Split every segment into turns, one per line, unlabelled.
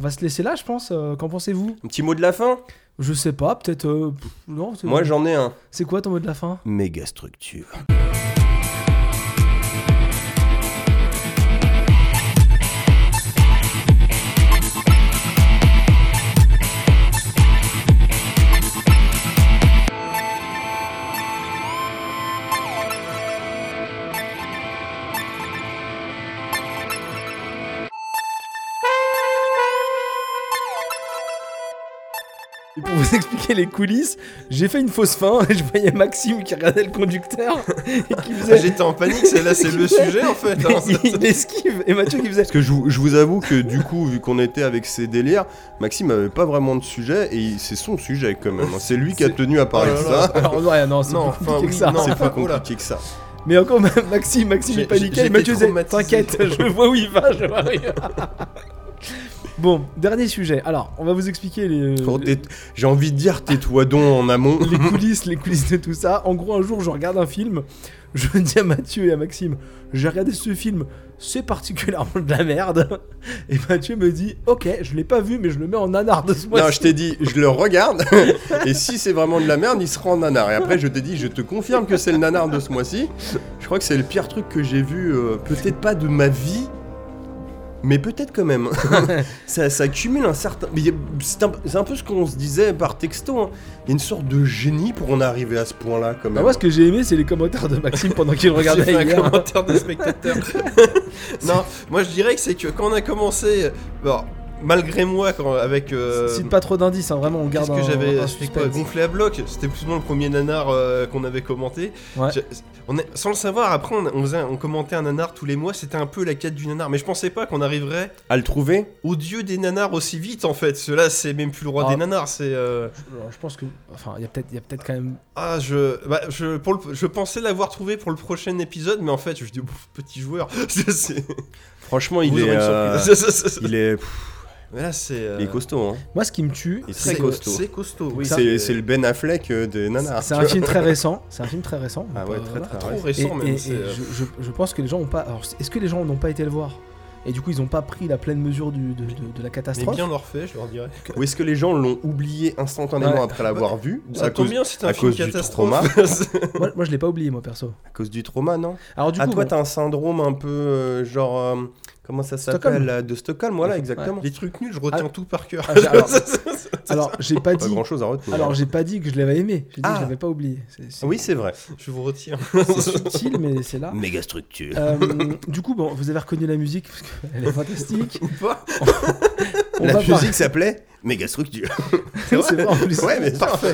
On va se laisser là, je pense. Euh, Qu'en pensez-vous
Un petit mot de la fin
Je sais pas, peut-être. euh, pff, non, c'est-
Moi j'en ai un.
C'est quoi ton mot de la fin
Mmh. Méga structure.
Et Pour vous expliquer les coulisses, j'ai fait une fausse fin. Je voyais Maxime qui regardait le conducteur et qui faisait.
Ah, J'étais en panique, c'est là, c'est le sujet en fait. hein, ça-
il esquive. Et Mathieu qui faisait.
Parce que je, vous- je vous avoue que du coup, vu qu'on était avec ces délires, Maxime avait pas vraiment de sujet et il- c'est son sujet quand même. hein. C'est lui qui a
C'est-
tenu à parler de
Oh là là.
ça.
Alors, ouais, non, c'est
Non,
plus compliqué
enfin,
que
oui,
ça.
non.
C'est pas
Oula.
compliqué que ça.
Mais encore, Maxime, Maxime,
J'ai-
il paniquait.
j'ai-
et Mathieu
j'étais
disait
traumatisé.
T'inquiète, je vois où il va, je vois où il va. Bon, dernier sujet. Alors, on va vous expliquer les.
Quand t'es- J'ai envie de dire, tais-toi donc en amont.
les coulisses, les coulisses de tout ça. En gros, un jour, je regarde un film, je dis à Mathieu et à Maxime, j'ai regardé ce film, c'est particulièrement de la merde. Et Mathieu me dit, ok, je l'ai pas vu, mais je le mets en anard de ce
Non,
mois.
je t'ai dit, je le regarde, et si c'est vraiment de la merde, il sera en nanar. Et après, je t'ai dit, je te confirme que c'est le nanar de ce mois-ci. Je crois que c'est le pire truc que j'ai vu, euh, peut-être pas de ma vie, mais peut-être quand même. ça, ça accumule un certain. mais y a- C'est un, c'est un peu ce qu'on se disait par texto. hein. Il y a une sorte de génie pour en arriver à ce point-là, quand même.
Bah, Ah, moi, ce que j'ai aimé, c'est les commentaires de Maxime pendant qu'il regardait
J'ai fait
hier.
un commentaire de spectateur. non, moi je dirais que c'est que quand on a commencé, bon, malgré moi, quand, avec. euh,
Cite pas trop d'indices, hein, vraiment, on garde
Qu'est-ce que
un-
j'avais
un
c'était quoi,
suspense.
gonflé à bloc C'était plus ou moins le premier nanar euh, qu'on avait commenté.
Ouais.
Je- on est- sans le savoir, après on, on faisait- on commentait un nanar tous les mois, c'était un peu la quête du nanar. Mais je pensais pas qu'on arriverait
À le trouver
au dieu des nanars aussi vite en fait. Cela c'est même plus le roi
Ah.
des nanars, c'est... euh,
Alors, je pense que, enfin, il y a peut-être, il y a peut-être quand même.
Ah, je, bah, je, pour le- je pensais l'avoir trouvé pour le prochain épisode, mais en fait je dis, Ouf, petit joueur, c'est- c'est-
Franchement, il
vous
est,
aurez une
euh,
surprise. C'est- c'est- c'est-
il est. pff,
Mais là c'est... euh,
il est costaud, hein.
Moi, ce qui me tue,
Il est
c'est-
très costaud.
C'est costaud, oui.
C'est c'est le Ben Affleck euh, des nanars.
c'est
tu
un
vois.
film très récent. C'est un film très récent.
Ah
donc,
ouais,
euh,
très
voilà.
très
Trop
Et,
récent.
récent
et-
même.
et
c'est, euh,
je, je- je pense que les gens n'ont pas. Alors, est-ce que les gens n'ont pas été le voir Et du coup, ils n'ont pas pris la pleine mesure du- de, de- de la
Mais
catastrophe
bien leur fait, je leur dirais.
Ou est-ce que les gens l'ont oublié instantanément
Ouais.
après l'avoir vu
Ça
à
tombe
cause,
Bah, bien, c'est un
à
film
cause du
catastrophe.
Moi, moi, je l'ai pas oublié, moi perso.
à cause du trauma, non
Alors, du
Ah
coup,
toi,
bon,
t'as un syndrome un peu euh, genre euh, comment ça
Stockholm.
s'appelle euh, de Stockholm, voilà
Ouais.
exactement.
Les trucs nuls, je retiens tout par cœur.
Ah, j'ai- alors- alors j'ai pas
Pas
dit.
grand chose à retenir.
Alors, j'ai pas dit que je l'avais aimé. J'ai dit que
Ah.
je l'avais pas oublié. C'est c'est-
oui, c'est vrai.
je vous retiens.
c'est subtil, mais c'est là.
Méga structure.
Euh, du coup, bon, vous avez reconnu la musique parce qu'elle est fantastique.
Ou pas
On
La
va
musique s'appelait Méga structure.
parler- c'est vrai en plus.
ouais, mais parfait.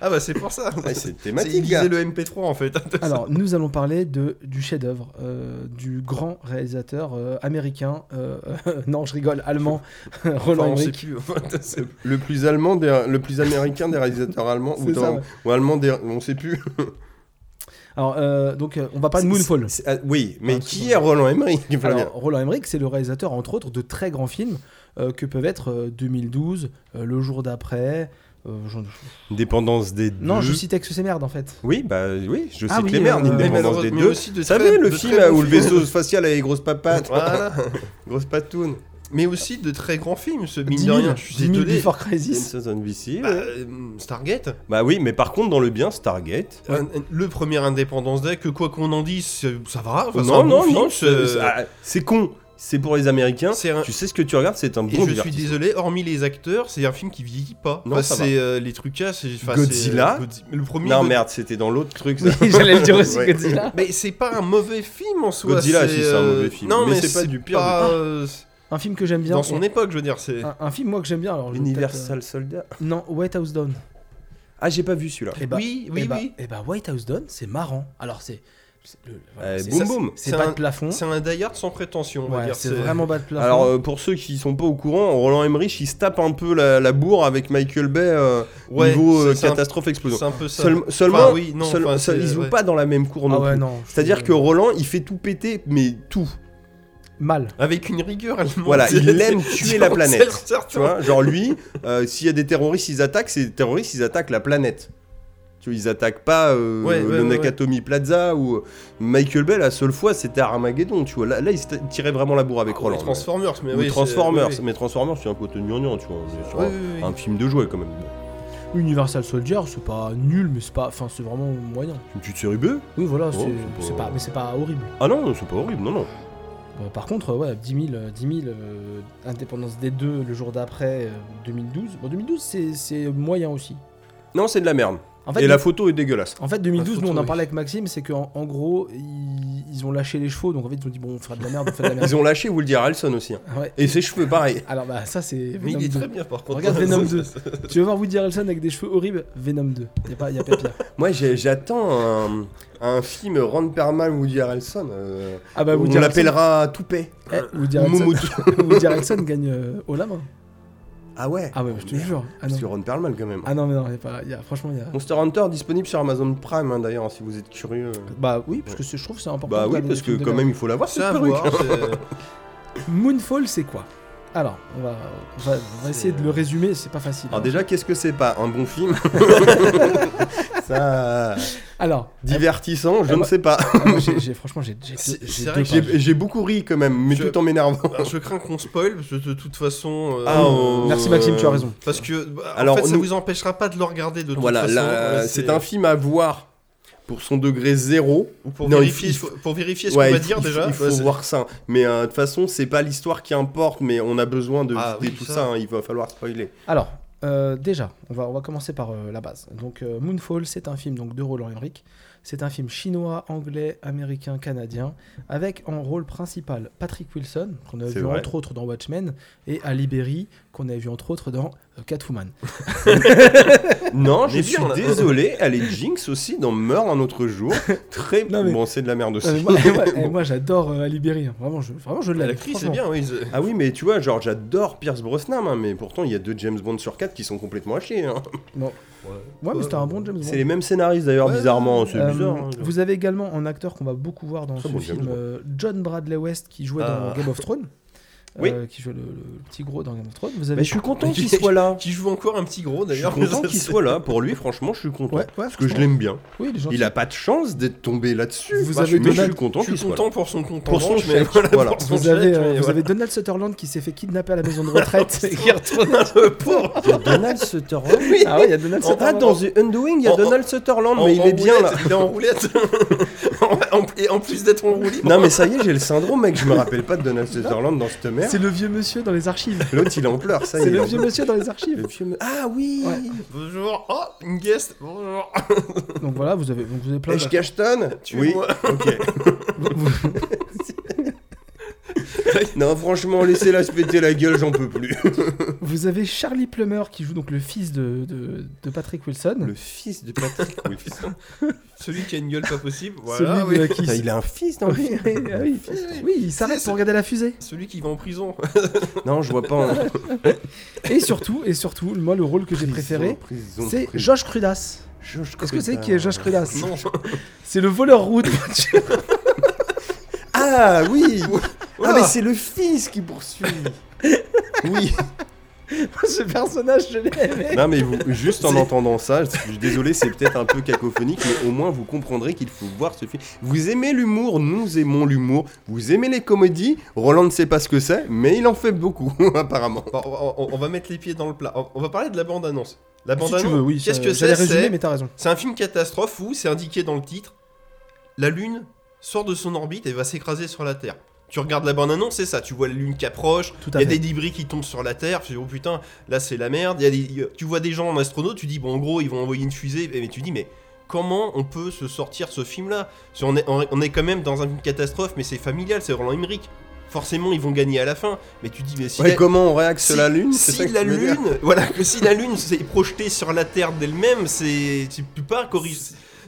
Ah bah c'est pour ça.
Ouais, c'est thématique, hein.
Il
gars.
disait le MP3 en fait.
Alors, nous allons parler de, du chef-d'œuvre euh, du grand réalisateur euh, américain, euh, non, je rigole, allemand, Roland
Enfin, on sait
Emmerich.
plus. en fait, c'est-
Le plus allemand, des- le plus américain des réalisateurs allemands ou,
C'est ça,
dans-
ouais.
ou allemand, des- on sait plus.
Alors, euh, donc, euh, on va parler de
C'est-
Moonfall.
c'est- ah, oui, mais
Ah,
qui
c'est
est Roland Emmerich Flavien
Alors, Roland Emmerich, c'est le réalisateur, entre autres, de très grands films euh, que peuvent être euh, 2012, euh, Le jour d'après. euh, j'en-
Dépendance des
Non,
deux.
je cite que ces merdes en fait.
Oui, bah oui, je
Ah
cite
oui,
les merdes,
euh,
Mais
Indépendance des
malheureusement
deux.
aussi de
Vous savez,
très-
le
de
film
très
là,
bons
où le
films.
vaisseau spatial a les grosses papates.
Voilà.
Grosse patoune.
Mais aussi de très grands films, ce
10
mine de
000,
rien. Je suis
10 000
désolé.
Before Crisis.
Jameson on VC,
Bah,
ouais.
euh, Stargate,
Bah oui, mais par contre, dans le bien, Stargate.
un- un- le premier Indépendance Day, que quoi qu'on en dise, c'est- ça va. enfin, c'est un
non,
bon
non,
film,
non,
c'est- euh,
c'est- c'est ah, c'est con. C'est pour les Américains.
C'est un-
Tu sais ce que tu regardes, c'est un
Et
bon
je suis
divertissement.
désolé, hormis les acteurs, c'est un film qui vieillit pas.
Non,
Enfin,
ça
c'est euh, les trucs là, c'est enfin, c'est-
Godzilla
Godzi- le premier.
Non,
Go-
merde, c'était dans l'autre truc. ça.
Oui, j'allais le dire aussi,
Ouais.
Godzilla.
Mais c'est pas un mauvais film en soi. euh,
Godzilla, si, c'est un mauvais film.
Non,
Mais
mais
c'est pas du pire
pas, euh,
Un film que j'aime bien.
dans son époque, je veux dire, c'est.
un, un film, moi, que j'aime bien. Alors, je vais
Universal Soldier.
peut-être, euh, Non, White House Down.
Ah, j'ai pas vu celui-là.
Eh bah,
oui, oui,
et bah,
oui.
eh bah, White House Down, c'est marrant. Alors c'est. c'est le- voilà,
Euh,
c'est-
boum
ça,
boum.
C'est
C'est
pas
un-
de plafond.
C'est un die sans prétention, on va
Ouais,
dire.
c'est vraiment bas de plafond.
Alors, euh, pour ceux qui sont pas au courant, Roland Emmerich, il se tape un peu la, la bourre avec Michael Bay euh,
Ouais,
niveau euh,
c'est- c'est un-
catastrophe explosion.
C'est un peu ça.
Seul- seulement,
Enfin, oui, non,
seul-
enfin,
seul-
c'est-
ils jouent
ouais.
pas dans la même cour non
ah ouais,
plus.
non. je-
C'est-à-dire que Roland, il fait tout péter, mais tout.
Mal.
Avec une rigueur allemande.
Voilà,
c'est-
il aime tuer la
c'est-
planète.
c'est certain.
Tu vois, genre lui, euh, s'il y a des terroristes, ils attaquent, ces terroristes, ils attaquent la planète. Tu vois, ils attaquent pas euh,
Ouais, ouais,
le
ouais, ouais.
Nakatomi Plaza ou Michael Bay. La seule fois, c'était Armageddon. Tu vois, là, là ils se tiraient vraiment la bourre avec Roland.
les Transformers, mais
Ou
oui. c'est-
Transformers, hein.
oui, oui.
mais Transformers, c'est un côté gnangnan, tu vois. on est sur
Oui,
un-
oui, oui, oui.
Un film de jouet quand même.
Universal Soldier, c'est pas nul, mais c'est pas. Enfin, c'est vraiment moyen.
Une petite série B
Oui, voilà, c'est
c'est
c'est
pas-
pas. Mais c'est pas horrible.
Ah non, c'est pas horrible, non, non.
Euh, par contre, euh, ouais, 10 000, euh, 10 000 euh, Indépendance des deux le jour d'après euh, 2012. Bon, 2012, c'est- c'est moyen aussi.
Non, c'est de la merde.
En fait,
Et la photo est dégueulasse.
En fait, 2012,
La
nous on
photo,
en
oui.
parlait avec Maxime, c'est qu'en en gros, ils, ils ont lâché les chevaux, donc en fait ils ont dit bon, on fera de la merde, on fait de la merde.
Ils ont lâché Woody Harrelson aussi. hein.
Ouais.
Et ses cheveux, pareil.
Alors bah ça c'est
Mais
Venom
il est
2.
très bien par contre.
Regarde Venom 2. tu veux voir Woody Harrelson avec des cheveux horribles Venom 2. Y a pas, y a pas pire.
Moi, j'ai- j'attends un, un film Ron Perlman Woody Harrelson. euh,
Ah bah Woody Harrelson.
on l'appellera Toupet.
Eh, Woody,
ou
Harrelson
Moumoute.
Woody Harrelson gagne euh, au la main.
Ah ouais.
Ah ouais, je te
Merde,
jure. Ah
Parce que
non.
Ron Perlman quand même.
Ah non, mais non, y a pas. y a- franchement, y a.
Monster Hunter disponible sur Amazon Prime hein, d'ailleurs, si vous êtes curieux.
Bah oui, parce que c'est- je trouve que c'est important.
Bah
de
oui,
regarder
parce
des
que
films de
quand
merde.
même, il faut l'avoir
C'est
cette
à
perruque.
voir. c'est-
Moonfall, c'est quoi Alors, on va, on va- on va essayer de le résumer, c'est pas facile. hein.
Alors déjà, qu'est-ce que c'est pas un bon film Ça,
Alors,
divertissant, je
Eh
ne
bah-
sais pas.
Ah, moi, j'ai- j'ai- franchement, j'ai j'ai
C'est-
deux-
c'est
j'ai
vrai
deux
que j'ai-
pages.
J'ai j'ai beaucoup ri quand même, mais
Je-
tout en m'énervant.
Alors, bah, je crains qu'on spoil, parce que de toute façon. euh,
Ah, on-
Merci Maxime, tu as raison.
Parce que, bah,
Alors,
en fait, ça
nous-
vous empêchera pas de le regarder de toute
Voilà,
façon.
là, euh,
Ouais,
c'est un film à voir pour son degré zéro.
Ou Pour,
Non, il
vérifier,
faut-
pour vérifier ce
Ouais,
qu'on va
il faut-
dire
il faut-
déjà.
Il faut
Ouais, c'est-
voir ça. Mais euh, de toute façon, c'est pas l'histoire qui importe, mais on a besoin de
Ah,
vider
oui,
tout ça.
ça.
hein, il va falloir spoiler.
Alors, euh, déjà, on va, on va commencer par euh, la base. Donc, euh, Moonfall, c'est un film donc, de Roland Emmerich. C'est un film chinois, anglais, américain, canadien, avec en rôle principal Patrick Wilson, qu'on a
C'est
vu
vrai.
entre autres dans Watchmen, et Ali Berry, qu'on a vu entre autres dans euh, Catwoman.
Non,
On
je
est
suis
bien, là.
désolé. Elle est Jinx aussi dans Meurt un autre jour. Très
Non, mais-
bon, c'est de la merde aussi.
Euh, moi, eh, moi- eh, moi, j'adore euh, Ali Berry, hein. vraiment, je, vraiment, je l'aime.
L'actrice, c'est
franchement.
bien, oui. c'est-
Ah oui, mais tu vois, genre j'adore Pierce Brosnan, hein, mais pourtant il y a deux James Bond sur quatre qui sont complètement hachés. hein.
Ouais, mais c'était un bon James Bond.
C'est les mêmes scénaristes d'ailleurs,
Ouais,
bizarrement, c'est
Euh,
bizarre. hein.
vous avez également un acteur qu'on va beaucoup voir dans
Très
ce
bon James
film,
Bond.
euh, John Bradley West, qui jouait
Ah.
dans Game of Thrones. euh,
Oui.
qui jouait le, le petit gros dans Game of Thrones. Vous avez...
Mais je suis content
Mais
qu'il
qui-
soit là.
Qui joue encore un petit gros
Je suis
d'ailleurs.
content qu'il soit là. Pour lui, franchement, je suis content.
Ouais, ouais,
Parce que je l'aime bien.
Oui, les gens.
Il a pas de chance d'être tombé là-dessus.
Vous
Bah,
avez
je- mais je
Donald-
suis content
Je
qu'il
suis
soit là.
content pour son compte
Pour
en
son
banque,
chèque,
mais voilà,
voilà.
pour son
Vous avez,
chèque,
euh,
mais
vous
voilà.
avez Donald Sutherland qui s'est fait kidnapper à la maison de retraite et qui retourne.
Le pauvre.
Donald Sutherland.
Ah ouais, il y a Donald
Ah,
Sutherland.
dans The Undoing, il y a
En- en-
Donald Sutherland,
En-
mais il
en
est bien
roulette,
là.
Il est en roulette. En- en- Et en plus d'être en roulis.
Non, mais ça y est, j'ai le syndrome, mec. Je me rappelle pas de Donald Sutherland dans cette merde.
C'est le vieux monsieur dans les archives.
L'autre, il est en pleurs, ça y est.
C'est
il est
le
en
vieux
pleurs.
monsieur dans les archives.
Le vieux me- Ah oui
Ouais.
Bonjour. Oh, une guest. Bonjour.
Donc voilà, vous avez, donc vous avez plein
Ash
de.
Cashton Oui,
Tue-moi.
ok. Non, franchement, laissez-la se péter la gueule, j'en peux plus.
Vous avez Charlie Plummer qui joue donc le fils de, de, de Patrick Wilson.
Le fils de Patrick Wilson.
Celui qui a une gueule pas possible. Voilà.
celui de-
oui.
euh, qui.
Putain, il a un fils dans le
Oui, oui, oui. Oui, il s'arrête
C'est-
pour regarder la fusée.
Celui qui va en prison.
Non, je vois pas. hein. en-
Et surtout, et surtout, moi le rôle que j'ai préféré,
Prison, prison,
c'est
prison.
Josh Crudas.
Josh
Est-ce que c'est
Crudas.
qui est Josh Crudas
Non.
C'est le voleur route.
Ah oui Ah,
Voilà.
mais c'est le fils qui poursuit Oui
Ce personnage, je l'ai aimé.
Non mais vous, juste en
C'est-
entendant ça, je suis désolé, c'est peut-être un peu cacophonique, mais au moins vous comprendrez qu'il faut voir ce film. Vous aimez l'humour, nous aimons l'humour. Vous aimez les comédies, Roland ne sait pas ce que c'est, mais il en fait beaucoup apparemment.
Bon, on, on- on va mettre les pieds dans le plat. On, on va parler de la bande-annonce. La
Si
bande-annonce,
tu veux, oui.
qu'est-ce
ça-
que
j'allais
c'est
résumer,
C'est
mais t'as raison.
c'est un film catastrophe où c'est indiqué dans le titre La Lune sort de son orbite et va s'écraser sur la Terre. Tu regardes la bande-annonce, c'est ça. Tu vois la Lune qui approche,
Tout
il
à
y a
fait.
des débris qui tombent sur la Terre. Tu dis, oh putain, là c'est la merde. Il Y a des... Tu vois des gens en astronaute, tu dis, bon, en gros, ils vont envoyer une fusée. Mais tu dis, mais. Comment on peut se sortir de ce film-là Parce qu'on est- On est, on est quand même dans un film catastrophe, mais c'est familial, c'est Roland Emmerich. Forcément, ils vont gagner à la fin. Mais tu dis, mais si
Ouais,
la-
comment on réaxe
si-
la lune c'est ça
si
que
la
tu veux dire
lune, voilà, que si la lune s'est projetée sur la Terre d'elle-même, c'est tu peux pas corriger.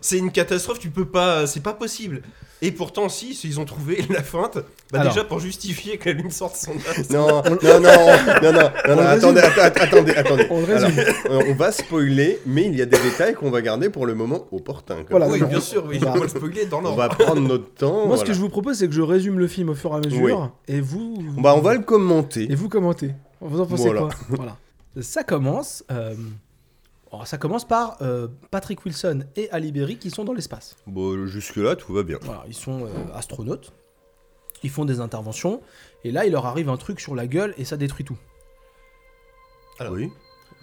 C'est une catastrophe, tu peux pas, c'est pas possible. Et pourtant, si, si ils ont trouvé la feinte, bah
Alors.
déjà pour justifier que la lune sorte son âme.
Non, non, non, non, non, non,
résume.
non, attendez, atta- attendez, attendez.
On le résume.
Alors, euh, on va spoiler, mais il y a des détails qu'on va garder pour le moment opportun. quand
Voilà,
même.
oui,
non.
bien sûr, oui,
On va-
on va le spoiler dans
On
l'ordre.
va prendre notre
Moi,
temps.
ce
voilà.
que je vous propose, c'est que je résume le film au fur et à mesure, et vous.
Bah, on va le commenter.
Et vous commentez. Vous en pensez
Voilà.
quoi Voilà. Ça commence. euh, Alors, ça commence par euh, Patrick Wilson et Ali Berry qui sont dans l'espace.
Bon, jusque-là, tout va bien.
Voilà, ils sont euh, astronautes, ils font des interventions, et là, il leur arrive un truc sur la gueule et ça détruit tout.
Alors,
oui.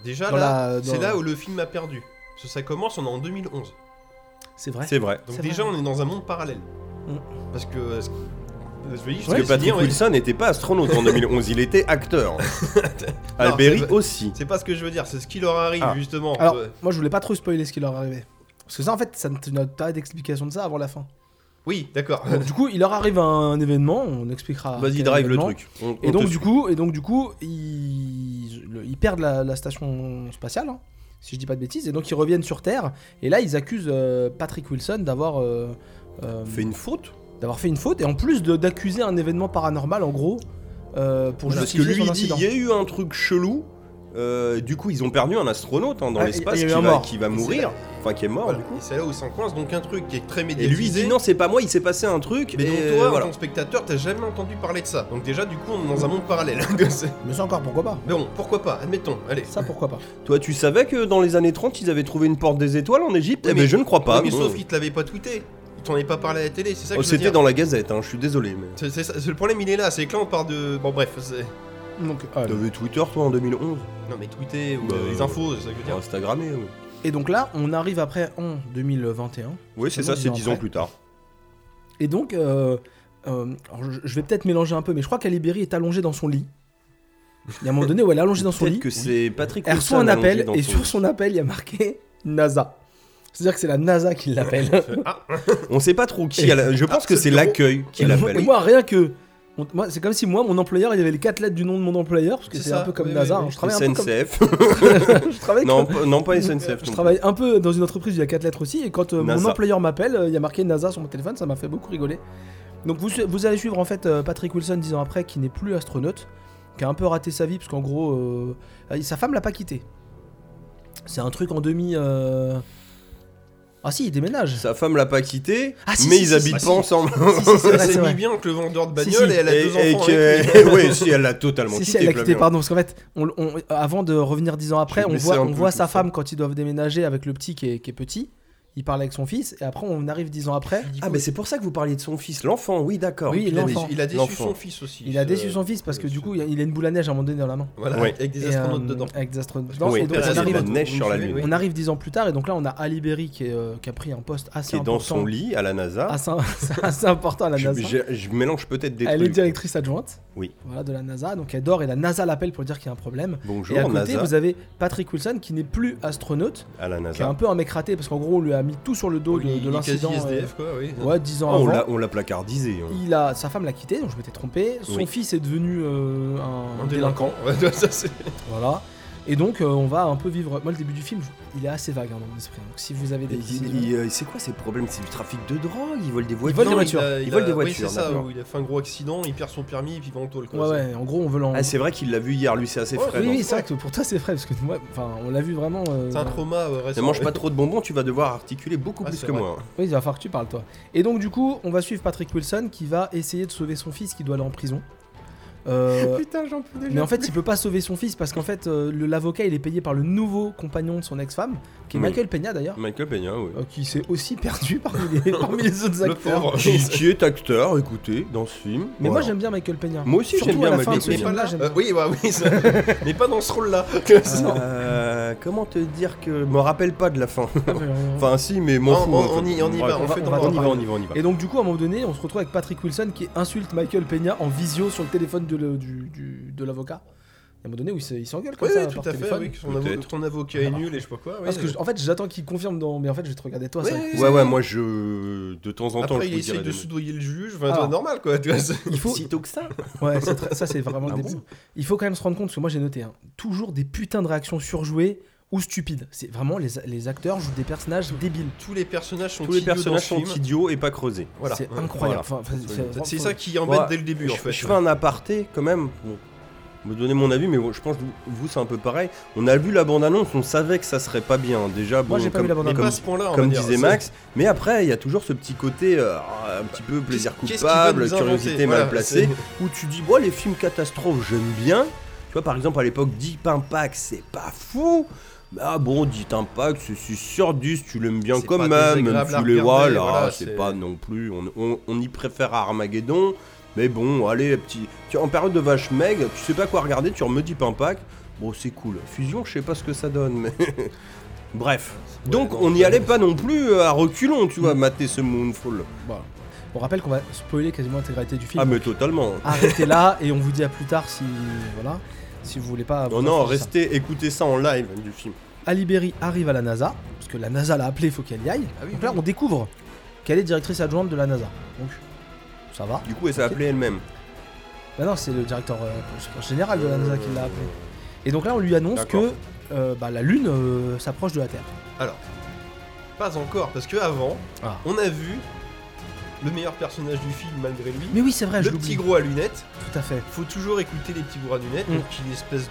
Déjà,
Dans
là,
la- dans-
c'est là où le film a perdu. Parce que ça commence, on est en 2011.
C'est vrai.
C'est vrai.
Donc
C'est
déjà,
vrai.
on est dans un monde parallèle.
Mm.
Parce que... euh, ce- Je vais juste
Ouais,
Parce que Patrick Wilson n'était pas astronaute en 2011, il était acteur. Alberi
c'est-
aussi.
C'est pas ce que je veux dire, c'est ce qui leur arrive
Ah.
justement.
Alors,
Euh,
moi, je voulais pas trop spoiler ce qui leur arrivait. Parce que ça, en fait, ça, ne- tu n'as pas d'explication de ça avant la fin.
Oui, d'accord.
Donc, du coup, il leur arrive un événement, on expliquera.
Vas-y,
quel
drive le
événement.
truc. On- on
Ah, Et donc,
te
du
suit.
coup, et donc, du coup, ils, le- ils perdent la, la station spatiale, hein, si je dis pas de bêtises, et donc ils reviennent sur Terre, et là, ils accusent euh, Patrick Wilson d'avoir. euh, euh,
Fait une faute
d'avoir fait une faute et en plus de- d'accuser un événement paranormal en gros euh, pour
Parce que
justifier
lui,
son
il dit
incident.
il y a eu un truc chelou. euh, du coup, ils ont perdu un astronaute hein, dans
Ah, il-
l'espace
il y
qui,
a eu un
va-
mort.
qui va
c'est
mourir,
là-
enfin qui est mort.
Voilà.
du coup.
Et c'est là où s'enconcence donc un truc qui est très
Et lui, il
médiatisé.
dit non, c'est pas moi, il s'est passé un truc.
Mais donc
et
toi, en
voilà.
tant que spectateur, t'as jamais entendu parler de ça. Donc déjà, du coup, on est dans un monde parallèle. Donc, c'est-
Mais ça encore pourquoi pas
Mais bon, pourquoi pas, admettons, allez.
Ça pourquoi pas
Toi, tu savais que dans les années 30, ils avaient trouvé une porte des étoiles en Égypte
Oui,
Eh ben,
mais-
je ne crois pas.
Oui, mais
non.
sauf qu'il te l'avait pas tweeté. Il t'en avait pas parlé à la télé, c'est ça que
Oh,
je veux
C'était
dire.
dans la Gazette, hein, je suis désolé. Mais...
C'est- c'est ça- c'est le problème, il est là, c'est que là on part de. Bon, bref, c'est.
Donc, euh,
T'avais Twitter, toi, en 2011
Non, mais tweeter ou
Bah,
euh, les infos, c'est ça que je veux dire.
Instagrammé, oui.
Et donc là, on arrive après en 2021.
Oui, c'est ça, c'est 10 ans
après.
plus tard.
Et donc, euh, euh, alors, je- je vais peut-être mélanger un peu, mais je crois qu'Alibéry est allongée dans son lit. Il y a un moment donné où elle est allongée dans son
Peut-être
lit.
que c'est Patrick
Elle reçoit un
Wilson allongé
appel
dans
et
son-
sur son appel, il y a marqué NASA. C'est-à-dire que c'est la NASA qui l'appelle.
On sait pas trop qui. elle- Je pense
Ah,
que
ce
c'est
bureau.
l'accueil qui
Et moi-
l'appelle.
et moi, rien que. on- Moi, c'est comme si moi, mon employeur, il avait les quatre lettres du nom de mon employeur, parce que
C'est
c'est
ça,
un peu comme
oui,
NASA.
oui,
hein.
oui.
Je travaille un peu comme.
SNCF.
je travaille
non,
comme-
pas- non, pas SNCF.
Je
non.
travaille un peu dans une entreprise où il y a 4 lettres aussi, et quand euh, mon
NASA.
employeur m'appelle, euh, il y a marqué NASA sur mon téléphone, ça m'a fait beaucoup rigoler. Donc vous, vous allez suivre en fait euh, Patrick Wilson 10 ans après, qui n'est plus astronaute, qui a un peu raté sa vie, parce qu'en gros, euh, euh, sa femme l'a pas quitté. C'est un truc en demi... euh, Ah si, il déménage.
Sa femme l'a pas quitté,
Ah, si,
mais
si,
ils
si,
habitent
si,
pas
si.
ensemble.
Si, si, c'est vrai, c'est
C'est mis
vrai.
bien que le vendeur de
Si,
bagnole
si.
et elle a
Et-
deux
et
enfants. avec lui.
que- ouais, si elle l'a totalement
hein, Si,
quitté.
si, elle l'a quitté,
Flavien.
pardon, parce qu'en fait, on, on- avant de revenir 10 ans après,
J'ai
on
baissé
voit,
un
on
peu
voit
tout
sa
ça.
femme quand ils doivent déménager avec le petit qui est, qui est petit, il parle avec son fils, et après on arrive 10 ans après,
Ah, mais c'est pour ça que vous parliez de son fils, l'enfant, oui, d'accord.
Oui,
Il a,
l'enfant.
il a déçu
L'enfant.
son fils aussi.
il a
euh,
déçu son fils parce que du coup, il a- il a une boule à neige à un moment donné dans la main.
Voilà,
Ouais.
avec des
Et,
astronautes
euh,
dedans.
Avec des astronautes
Parce que
dedans.
Oui,
et donc,
après,
on,
c'est
arrive,
la neige sur la lune.
on arrive dix ans plus tard, et donc là, on a Ali Berry qui, est, euh, qui a pris un poste assez
Qui est dans
important.
son lit à la NASA.
Assez, assez important à la
Je,
NASA.
je- je mélange peut-être des
Elle est
trucs.
directrice adjointe
Oui.
voilà, de la NASA, donc elle dort et la NASA l'appelle pour dire qu'il y a un problème.
Bonjour,
et à côté,
NASA.
vous avez Patrick Wilson qui n'est plus astronaute,
À la
qui est un
NASA. Ah,
peu un mec raté parce qu'en gros, on lui a mis tout sur le dos de,
Il
de
est quasi
l'incident. euh,
SDF, quoi, oui.
ouais, 10
Ah,
ans
on
avant.
l'a- on l'a placardisé. hein.
Il a, sa femme l'a quitté, donc je m'étais trompé. Son
Oui.
fils est devenu euh, un,
Un
délinquant.
délinquant. Ouais, ça, c'est-
Voilà. Et donc, euh, on va un peu vivre. Moi, le début du film, je- il est assez vague hein, dans mon esprit. Donc, si vous avez des.
Il- il- euh, C'est quoi ces problèmes C'est du trafic de drogue Ils volent des voitures
volent des
Non,
voitures.
a-
Ils volent des
a-
voitures,
Oui, c'est ça,
d'accord.
où il a fait un gros accident, il perd son permis, et puis il va en tôle. quoi.
euh, Ouais,
C'est-
ouais, en gros, on veut l'en.
Ah, c'est vrai qu'il l'a vu hier, lui, c'est assez
Oh,
frais.
oui,
non
oui, c'est vrai que pour toi, c'est frais, parce que moi, enfin, on l'a vu vraiment. euh,
C'est un trauma euh, récent.
Ne mange pas trop de bonbons, tu vas devoir articuler beaucoup
Ah,
plus
c'est
que
vrai.
moi.
Oui, il va falloir que tu parles, toi. Et donc, du coup, on va suivre Patrick Wilson qui va essayer de sauver son fils qui doit aller en prison. Euh,
Oh. Putain, j'en peux déjà.
mais en fait, il peut pas sauver son fils parce qu'en fait, euh, le- l'avocat, il est payé par le nouveau compagnon de son ex-femme, qui est
Oui.
Michael Peña d'ailleurs,
Michael Peña, oui.
euh, qui s'est aussi perdu parmi les, parmi les autres
Le
acteurs.
pauvre.
qui, qui est acteur, écoutez, dans ce film.
Mais moi,
Voilà.
j'aime bien Michael Peña.
Moi aussi,
Surtout
j'aime
à
bien
la fin
Michael
de ce
Peña.
Mais
film.
pas
là,
là.
j'aime
euh,
bien.
oui, bah oui, ça. mais pas dans ce rôle-là.
Euh, comment te dire que je me rappelle pas de la fin
Ah, mais, euh,
Enfin, si, mais m'en
On-
fous.
on-
en
on
fait.
y- on y va,
Bref,
on
on,
fait
va,
dans
on
le
y va,
parc.
on y va, on y va.
Et donc du coup, à un moment donné, on se retrouve avec Patrick Wilson qui insulte Michael Peña en visio sur le téléphone de, le- du- du- de l'avocat. À un moment donné où il se- il s'engueule comme
Oui,
ça
oui,
par
tout à fait.
téléphone.
Oui, que son avo-
Peut-être.
ton avocat est nul et je sais pas quoi. oui.
Parce que je- en fait, j'attends qu'il confirme dans mais en fait, je vais te regarder toi ça.
Oui, oui,
Ouais, ouais, moi, je. De temps en temps,
Après,
je
il
vous
essaye
dirai
de
des mots.
soudoyer le juge. Enfin,
Ah.
c'est normal, quoi. tu vois, c'est-
Il faut
Sitôt que ça
Ouais, c'est très- ça c'est vraiment le
Ah
début.
bon
Il faut quand même se rendre compte parce que moi j'ai noté hein, toujours des putains de réactions surjouées ou stupides. C'est vraiment les, les acteurs jouent des personnages débiles.
Tous les personnages sont
Tous les
idiots dans ce
personnages sont
film.
idiots et pas creusés.
Voilà.
C'est
Ouais.
incroyable. Enfin,
Voilà.
enfin,
C'est-
c'est-
C'est ça qui embête
Moi,
dès le début, en
je,
fait.
je fais un aparté quand même. Bon, me donner mon avis, mais bon, je pense que vous, vous, c'est un peu pareil. On a vu la bande-annonce, on savait que ça serait pas bien. Déjà, bon,
j'ai pas
comme,
vu la bande-annonce.
Mais
comme-
pas à ce point-là. on
comme
va dire,
disait
c'est-
Max. Mais après, il y a toujours ce petit côté euh, un petit peu plaisir
Qu'est-ce- qu'est-ce qu'il
coupable,
veut nous inventer
curiosité
Voilà,
mal placée,
c'est-
où tu dis, bon, les films catastrophes, j'aime bien. Tu vois, par exemple, à l'époque, Deep Impact, c'est pas fou. Ah bon, dit Impact, c'est c'est sur 10, tu l'aimes bien
C'est
quand
pas
même, même
désagréable
tu
à
les
regarder,
vois là,
voilà,
c'est
c'est-
pas non plus, on, on- on y préfère Armageddon, mais bon, allez, petit, tu, en période de vache meg, tu sais pas quoi regarder, tu remets Deep Impact, bon c'est cool, Fusion, je sais pas ce que ça donne, mais... Bref, donc
non,
on n'y
c'est- Mm.
allait pas non plus euh, à reculons, tu vois, mater ce Moonfall.
Voilà. On rappelle qu'on va spoiler quasiment l'intégralité du film.
Ah mais totalement.
Arrêtez là et on vous dit à plus tard si voilà, si vous voulez pas.
Oh
vous
non,
affronter ça.
restez, écoutez ça en live du film.
Alibéry arrive à la NASA parce que la NASA l'a appelé, il faut qu'elle y aille.
Ah oui,
Donc là,
oui.
on découvre qu'elle est directrice adjointe de la NASA. Donc ça va.
Du coup, elle s'est appelée elle-même.
Bah non, c'est le directeur euh, général de la NASA qui l'a appelé. Et donc là, on lui annonce que
D'accord.
euh, bah, la Lune euh, s'approche de la Terre.
Alors, pas encore, parce que avant,
Ah.
on a vu le meilleur personnage du film malgré lui.
Mais oui, c'est vrai, je
le petit
l'oublie.
gros à lunettes.
Tout à fait.
Faut toujours écouter les petits gros à lunettes,
Mm.
donc qui est une espèce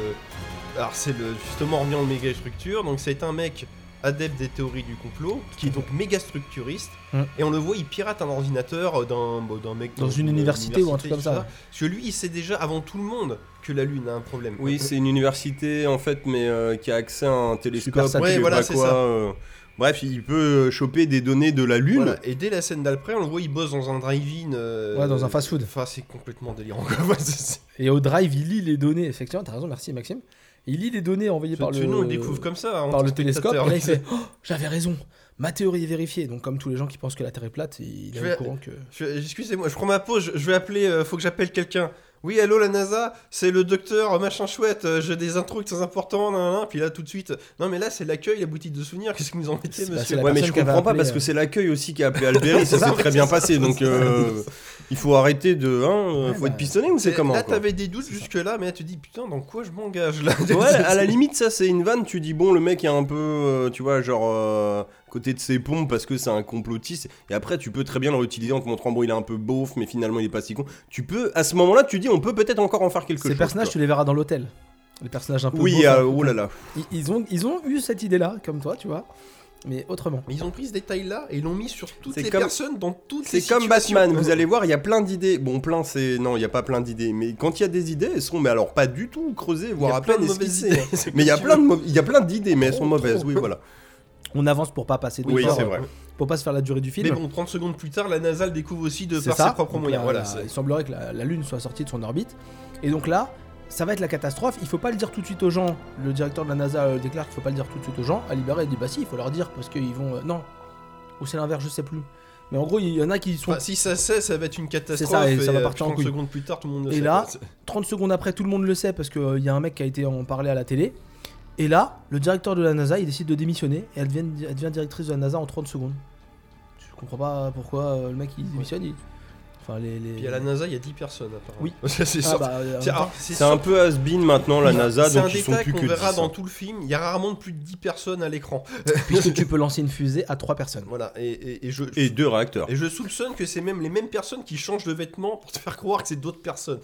de. Alors c'est le justement en le méga structure. Donc c'est un mec adepte des théories du complot, qui est donc méga structuriste.
Mm.
Et on le voit, il pirate un ordinateur d'un bah, d'un mec
Dans une université ou un truc comme ça,
etc.
ouais.
Parce que lui, il sait déjà avant tout le monde que la Lune a un problème.
Oui, c'est une université en fait, mais euh, qui a accès à un
Super
télescope.
satellite.
je sais
Ouais, voilà,
pas
c'est
quoi,
ça.
euh, Bref, il peut euh, choper des données de la Lune.
Voilà, Et dès la scène d'après, on le voit, il bosse dans un drive-in. euh,
Ouais, dans un fast-food.
Enfin, c'est complètement délirant. quoi. C'est- c'est-
Et au drive, il lit les données. Effectivement, t'as raison, merci Maxime. Il lit les données envoyées par
Parce
le.
que nous, on le découvre comme ça. hein, en
par
tant
le
que
télescope.
spectateur.
Et là, il fait Oh, J'avais raison, ma théorie est vérifiée. Donc, comme tous les gens qui pensent que la Terre est plate, il
Je
est
vais-
au courant que.
Je- Excusez-moi, je prends ma pause, je, je vais appeler, euh, faut que j'appelle quelqu'un. Oui, allô la NASA, c'est le docteur euh, machin chouette, euh, j'ai des intros très importants, nan, nan, nan. puis là tout de suite. Non mais là c'est l'accueil, la boutique de souvenirs, qu'est-ce que vous en mettez
C'est pas-
monsieur
Ah, c'est la
Ouais, mais je
personne qui avait
comprends pas
appelé,
parce
euh,
que c'est l'accueil aussi qui a appelé Albéry, ça
ça,
s'est très
c'est
bien
ça,
passé.
c'est
Donc,
ça.
euh, il faut arrêter de. Hein, euh,
Ouais,
faut
bah,
être pistonné ou c'est comment
Là
quoi
t'avais des doutes jusque là, mais là tu dis putain dans quoi je m'engage là
Ouais, à la limite, ça c'est une vanne. Tu dis, bon, le mec est un peu, euh, tu vois, genre, euh, côté de ses pompes parce que c'est un complotiste. Et après, tu peux très bien le réutiliser en te montrant, bon, il est un peu beauf, mais finalement, il est pas si con. Tu peux, à ce moment-là, tu dis, on peut peut-être encore en faire quelque
Ces
chose.
personnages,
quoi.
tu les verras dans l'hôtel. Les personnages un peu.
Oui,
beaux, hein.
euh,
hein.
un peu
oh là là.
cons. Ils, ils ont, ils ont eu cette idée-là, comme toi, tu vois. Mais autrement.
Mais ils ont pris ce détail là et ils l'ont mis sur toutes
C'est
les
comme-
personnes dans toutes les
C'est comme
situations.
Batman, vous allez voir, il y a plein d'idées. Bon, plein, c'est. Non, il n'y a pas plein d'idées. Mais quand il y a des idées, elles sont, mais alors pas du tout creusées,
Il y
voire
a
à
plein
peine
de mauvaises
esquissées.
idées.
Mais il y a plein de mau- il y a plein d'idées, mais elles sont
Trop,
mauvaises,
trop.
oui, voilà.
On avance pour pas passer de
Oui,
temps,
c'est
euh,
vrai.
Pour pas se faire la durée du film.
Mais bon, 30 secondes plus tard, la NASA le découvre aussi de
C'est
par
ça.
ses propres
Donc
moyens.
la-
Voilà,
la-
c'est-
il semblerait que la, la Lune soit sortie de son orbite. Et donc là, ça va être la catastrophe. Il faut pas le dire tout de suite aux gens. Le directeur de la NASA euh, déclare qu'il faut pas le dire tout de suite aux gens. À libérer, il dit bah si, il faut leur dire parce qu'ils vont. euh, non. Ou c'est l'inverse, je sais plus. Mais en gros, il y en a qui sont.
Enfin, si ça sait, ça va être une catastrophe.
ça, et ça va
euh,
partir en
30
couille.
secondes plus tard, tout le monde le
Et
sait,
là,
quoi. C'est-
30 secondes après, tout le monde le sait parce qu'il y a un mec qui a été en parler à la télé. Et là, le directeur de la NASA, il décide de démissionner et elle devient, elle devient directrice de la NASA en 30 secondes. Je comprends pas pourquoi euh, le mec il démissionne. il- Enfin, les. les-
Puis à la NASA, il y a 10 personnes apparemment.
Oui.
Ça, c'est
Ah,
sorti.
bah, euh, en
C'est-
même temps,
alors, c'est
C'est un
sorti.
peu has-been maintenant, la NASA,
C'est un
donc ils sont
détail
plus
qu'on
que
verra
10,
dans
hein.
tout le film. Il y a rarement plus de 10 personnes à l'écran.
puisque tu peux lancer une fusée à 3 personnes.
Voilà, et, et- et je.
Et deux réacteurs.
et je soupçonne que c'est même les mêmes personnes qui changent de vêtements pour te faire croire que c'est d'autres personnes.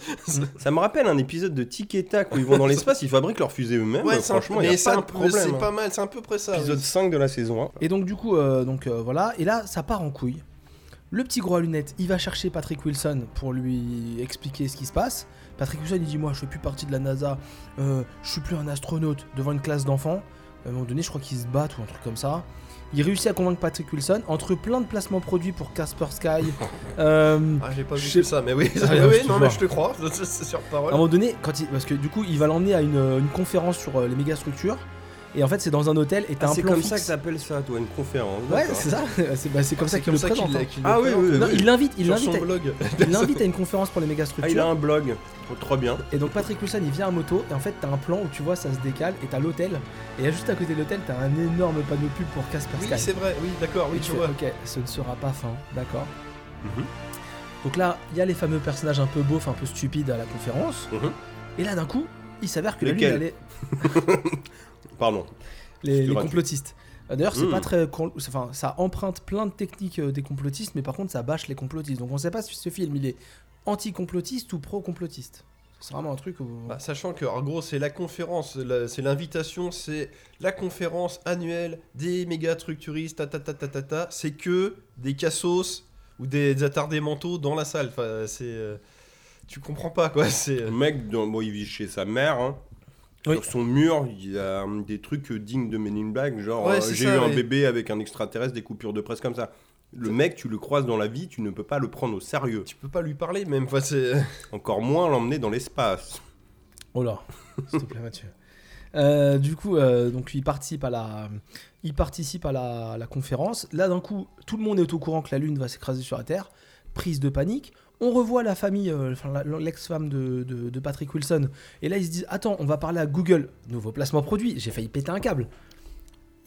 Ça me rappelle un épisode de Tic et Tac où ils vont dans l'espace, ils fabriquent leurs fusées eux-mêmes.
c'est un,
franchement, il
mais
y a
c'est
pas
un
de
peu-
problème. hein.
C'est pas mal, c'est un peu près ça.
Épisode
oui.
5 de la saison 1.
Et donc du coup, euh, donc euh, voilà, et là ça part en couille. Le petit gros à lunettes, il va chercher Patrick Wilson pour lui expliquer ce qui se passe. Patrick Wilson, il dit moi je fais plus partie de la NASA, euh, je suis plus un astronaute devant une classe d'enfants. À un moment donné, je crois qu'ils se battent ou un truc comme ça. Il réussit à convaincre Patrick Wilson entre plein de placements produits pour Casper Sky. euh,
Ah, j'ai pas
Je
vu
sais-
que ça, mais oui,
Ah,
oui,
je te
non,
jure.
mais je te crois, c'est c'est sur
À un
parole.
moment donné, quand il, parce que du coup, il va l'emmener à une, une conférence sur euh, les méga structures. Et en fait, c'est dans un hôtel et t'as un
Ah, c'est
plan
comme
fixe.
ça que t'appelles ça, toi, une conférence.
Ouais,
d'accord.
c'est ça. C'est bah, c'est comme ça
Ah,
qu'il
C'est comme
le
ça
présente.
qu'il
hein.
qu'il le
Ah oui,
présente.
oui,
Non,
oui.
il l'invite, il
Sur
l'invite
son
à-
blog.
Il l'invite à une conférence pour les méga
Ah, il a
structures.
un blog. Trop, trop bien.
Et donc Patrick Wilson il vient à moto et en fait t'as un plan où tu vois ça se décale et t'as l'hôtel. Et juste à côté de l'hôtel t'as un énorme panneau pub pour Casper
Oui,
Sky.
c'est vrai, oui, d'accord,
Et
oui,
tu
tu
fais,
vois.
ok, ce ne sera pas fin, d'accord.
Mhm.
Donc là, il y a les fameux personnages un peu beaufs, un peu stupides à la conférence.
Mhm.
Et là d'un coup, il s'avère que la
Lesquels
lune, elle est-
Pardon.
les, les
Excuse-moi.
complotistes. Euh, D'ailleurs, c'est
Mhm.
pas très. con- c'est- Enfin, ça emprunte plein de techniques euh, des complotistes, mais par contre, ça bâche les complotistes. Donc on sait pas si ce film il est anti-complotiste ou pro-complotiste. C'est vraiment un truc. Où...
Bah, sachant que, en gros, c'est la conférence, la- c'est l'invitation, c'est la conférence annuelle des méga structuristes, ta ta ta ta ta ta, c'est que des cassos ou des, des attardés mentaux dans la salle. Enfin, c'est. euh, tu comprends pas, quoi. C'est.
Le mec, dans- bon, il vit chez sa mère. hein.
Oui.
Sur son mur, il y a hum, des trucs euh, dignes de Men in Black, genre
Ouais,
euh,
c'est
j'ai eu
ça,
un
ouais.
bébé avec un extraterrestre, des coupures de presse comme ça. Le mec, tu le croises dans la vie, tu ne peux pas le prendre au sérieux.
Tu peux pas lui parler même. Enfin, c'est. euh,
Encore moins l'emmener dans l'espace.
Oh là, s'il te plaît Mathieu. Euh, du coup, euh, donc il participe à la, il participe à la, à la conférence. Là, d'un coup, tout le monde est au courant que la Lune va s'écraser sur la Terre. Prise de panique. On revoit la famille, euh, enfin, la- l'ex-femme de, de- de Patrick Wilson. Et là, ils se disent Attends, on va parler à Google. Nouveau placement produit. J'ai failli péter un câble.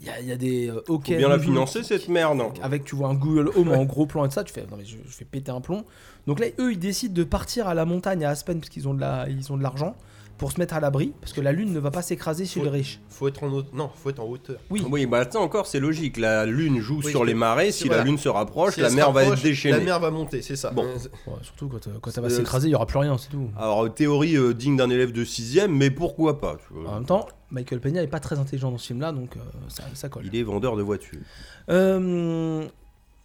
Il y a, il y a des euh, OK.
Faut bien la
Google
financer cette merde. hein.
avec tu vois un Google Home en gros plan et tout ça, tu fais non mais je, je fais péter un plomb. Donc là eux ils décident de partir à la montagne à Aspen parce qu'ils ont de la ils ont de l'argent pour se mettre à l'abri parce que la lune ne va pas s'écraser chez les riches.
Faut être en haute. Non, faut être en hauteur.
Oui.
Oui, bah ça encore, c'est logique. La lune joue
Oui,
sur
je-
les marées. Si
voilà.
la lune se rapproche,
Si
la
elle se
mer va être
rapproche, La
déchaînée.
mer va monter, c'est ça.
Bon.
Euh,
Ouais, surtout quand, euh, quand ça va
Euh,
s'écraser, il y aura plus rien, c'est Ah, tout.
Alors, théorie euh, digne d'un élève de 6ème, mais pourquoi pas tu vois.
En même temps, Michael Peña est pas très intelligent dans ce film là donc euh, ça, ça colle.
Il est vendeur de voitures.
Euh,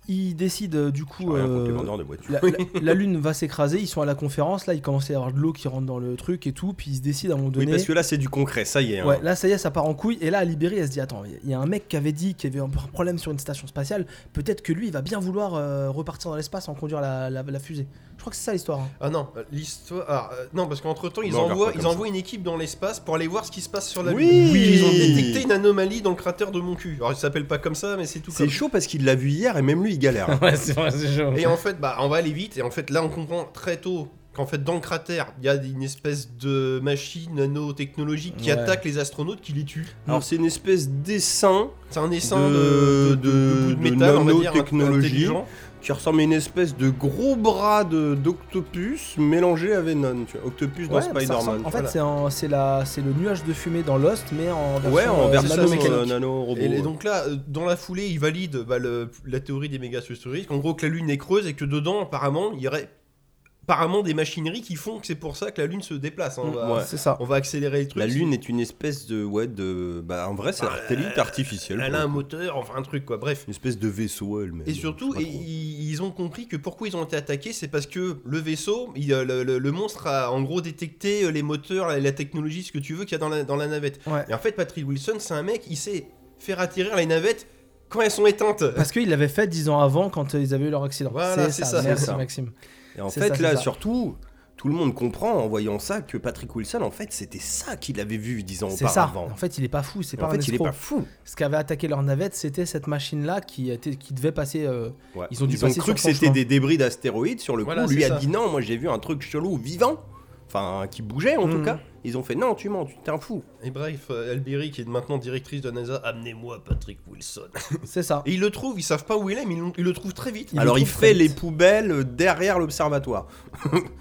ils décident euh, du
J'ai
coup
rien contre les
euh,
vendeurs de voitures.
la, la- la lune va s'écraser, ils sont à la conférence, là il commence à y avoir de l'eau qui rentre dans le truc et tout, puis ils se décident à un moment
Oui,
donné.
parce que là, c'est du concret, ça y est. hein.
Ouais, là ça y est, ça part en couille. Et là, à Libéry, elle se dit Attends, il y a un mec qui avait dit qu'il y avait un problème sur une station spatiale. Peut-être que lui, il va bien vouloir euh, repartir dans l'espace en conduire la, la- la fusée. Je crois que c'est ça l'histoire. hein.
Ah non, euh, l'histoire. ah, euh, non, parce qu'entre temps, ils,
Non, on
envoient,
regarde pas
ils
comme
envoient une équipe dans l'espace pour aller voir ce qui se passe sur la
Oui.
Lune.
Oui.
Ils ont détecté une anomalie dans le cratère de mon cul. Alors, il s'appelle pas comme ça, mais c'est tout
C'est
comme
chaud parce qu'il l'a vu hier et même lui, il galère.
Ouais, c'est vrai, c'est chaud.
Et en fait, bah, on va aller vite. Et en fait, là, on comprend très tôt qu'en fait, dans le cratère, il y a une espèce de machine nanotechnologique qui
Ouais.
attaque les astronautes, qui les tue.
Alors, c'est une espèce d'essaim
C'est un essaim
De-
de, de, de bout de
de
métal, on va dire,
nanotechnologie.
intelligent.
qui ressemble à une espèce de gros bras de- d'octopus mélangé à Venom. Tu vois. Octopus dans
Ouais, ça
Spider-Man.
ressemble- En fait,
Voilà.
c'est en- c'est la- c'est le nuage de fumée dans Lost, mais en version,
ouais, en
euh,
version
nano-
nanomécanique.
euh, nano-robot.
Et, et
ouais.
donc là, euh, dans la foulée, il valide bah, le- la théorie des méga En gros, que la Lune est creuse et que dedans, apparemment, il y aurait apparemment des machineries qui font que c'est pour ça que la Lune se déplace. hein. On, va,
C'est ça.
on va accélérer le truc.
Mm, La Lune est une espèce de. Ouais, de. Bah, en vrai, c'est un satellite artificiel.
Elle
pour
a
le
un
coup.
moteur, enfin un truc quoi. Bref.
Une espèce de vaisseau, elle-même.
Et surtout,
Je sais pas
et
trop.
ils ils ont compris que pourquoi ils ont été attaqués, c'est parce que le vaisseau, il, euh, le, le- le monstre a en gros détecté euh, les moteurs, la, la technologie, ce que tu veux qu'il y a dans la, dans la navette.
Ouais.
Et en fait, Patrick Wilson, c'est un mec, il sait faire atterrir les navettes quand elles sont éteintes.
Parce qu'ils l'avaient fait 10 ans avant quand euh, ils avaient eu leur accident.
Voilà, c'est ça, c'est
Merci,
ça.
Maxime.
Et en
C'est
fait,
ça, c'est
là,
ça.
surtout, tout le monde comprend en voyant ça que Patrick Wilson, en fait, c'était ça qu'il avait vu dix ans
C'est ça.
auparavant.
En fait, il est pas fou. C'est
Et
pas
En
un
fait, il est
escroc.
pas fou.
Ce qu'avait attaqué leur navette, c'était cette machine-là qui, était- qui devait passer. euh,
Ouais.
Ils ont dû passer
cru
sur
que
son
c'était
chemin.
des débris d'astéroïdes sur le
Voilà,
coup.
c'est
Lui a
ça.
dit non, moi j'ai vu un truc chelou vivant, enfin qui bougeait en tout
Mhm.
cas. Ils ont fait non, tu mens, tu t'es un fou.
Et bref, euh, Alberi, qui est maintenant directrice de NASA, amenez-moi Patrick Wilson.
C'est ça.
Et ils le trouvent, ils savent pas où il est, mais ils, l'ont- ils le trouvent très vite.
Il
Alors
le
il
trouve
fait
très
les
vite.
poubelles derrière l'observatoire.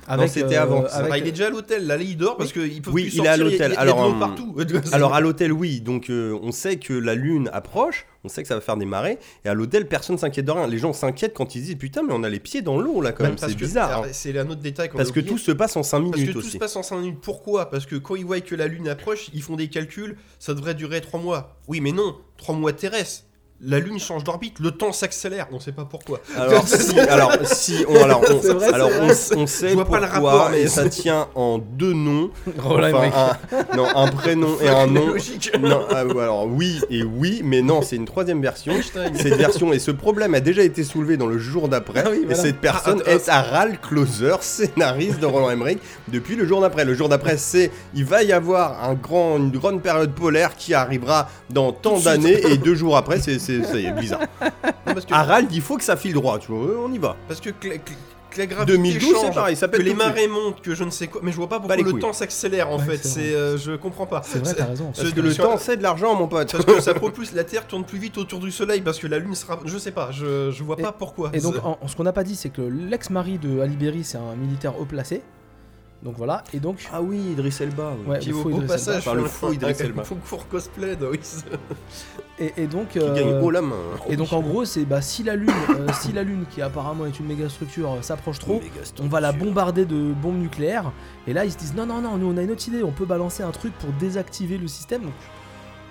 Avec,
c'était
euh,
avant, ça.
avec-
Bah, il est déjà à l'hôtel, là, là, il dort parce qu'il peut
Oui,
plus
il est à
sortir, il y a-
l'hôtel.
il y a de
Alors,
l'eau
hum,
partout.
Alors à l'hôtel, oui, donc euh, on sait que la lune approche, on sait que ça va faire des marées, et à l'hôtel, personne s'inquiète de rien. Les gens s'inquiètent quand ils disent putain, mais on a les pieds dans l'eau là quand même,
parce
c'est
que-
bizarre. hein.
alors, C'est un autre détail qu'on
Parce
a
que
oublié.
tout se passe en 5
Parce que
minutes
tout se
aussi.
passe en 5 minutes. Pourquoi Parce que quand ils voient que la Lune approche, ils font des calculs, ça devrait durer 3 mois. Oui, mais non, 3 mois terrestres. La Lune change d'orbite, le temps s'accélère. On sait pas pourquoi.
Alors si, alors si, on, alors, on,
C'est vrai, c'est
alors,
vrai.
on- on sait
Je vois pas
pourquoi,
le rapport, mais- Oh
et ça tient en deux noms,
Roland
Enfin,
Emmerich.
un- non, un prénom et un
C'est
nom.
logique.
Non, ah, ouais, alors oui et oui, mais non, c'est une troisième version.
Einstein.
Cette version et ce problème a déjà été soulevé dans le jour d'après.
Ah oui, voilà.
Et cette personne
Ah, ah,
est Harald Closer, scénariste de Roland Emmerich, depuis le jour d'après. Le jour d'après, c'est il va y avoir un grand, une grande période polaire qui arrivera dans tant d'années et deux jours après, c'est c'est- ça y est, bizarre.
Non, parce que,
Harald, il faut que ça file droit, tu vois. euh, On y va.
parce que, cla- cla- que la gravité
2012, c'est
change,
pareil, ça
que
pète
les
tout de suite.
marées montent, que je ne sais quoi. Mais je vois pas pourquoi
les
le
couilles.
temps s'accélère en
hein. Ouais,
fait.
c'est vrai.
C'est, euh, je comprends pas.
C'est vrai,
C'est-
t'as raison.
Parce
Parce
que
que le
sur-
temps, c'est de l'argent, mon pote.
Parce que ça propulse, la Terre tourne plus vite autour du Soleil parce que la Lune sera. Je sais pas, je, je vois pas pourquoi.
Et donc, en- en- ce qu'on n'a pas dit, c'est que l'ex-mari de Alibéry, c'est un militaire haut placé. Donc voilà, et donc.
Ah oui, Idris Elba. oui.
Ouais,
qui
le
au
fou
beau
Idriss Elba.
passage
Enfin, le
fait un-
fou Idriss
un-
Elba.
un concours cosplay, de- oui.
Et, et donc.
Qui
euh,
gagne haut la main. hein.
et donc en gros, c'est bah, si la lune, euh, si la lune qui apparemment est une méga structure euh, s'approche trop, on va la bombarder de bombes nucléaires. Et là, ils se disent non, non, non, nous on a une autre idée, on peut balancer un truc pour désactiver le système. Donc,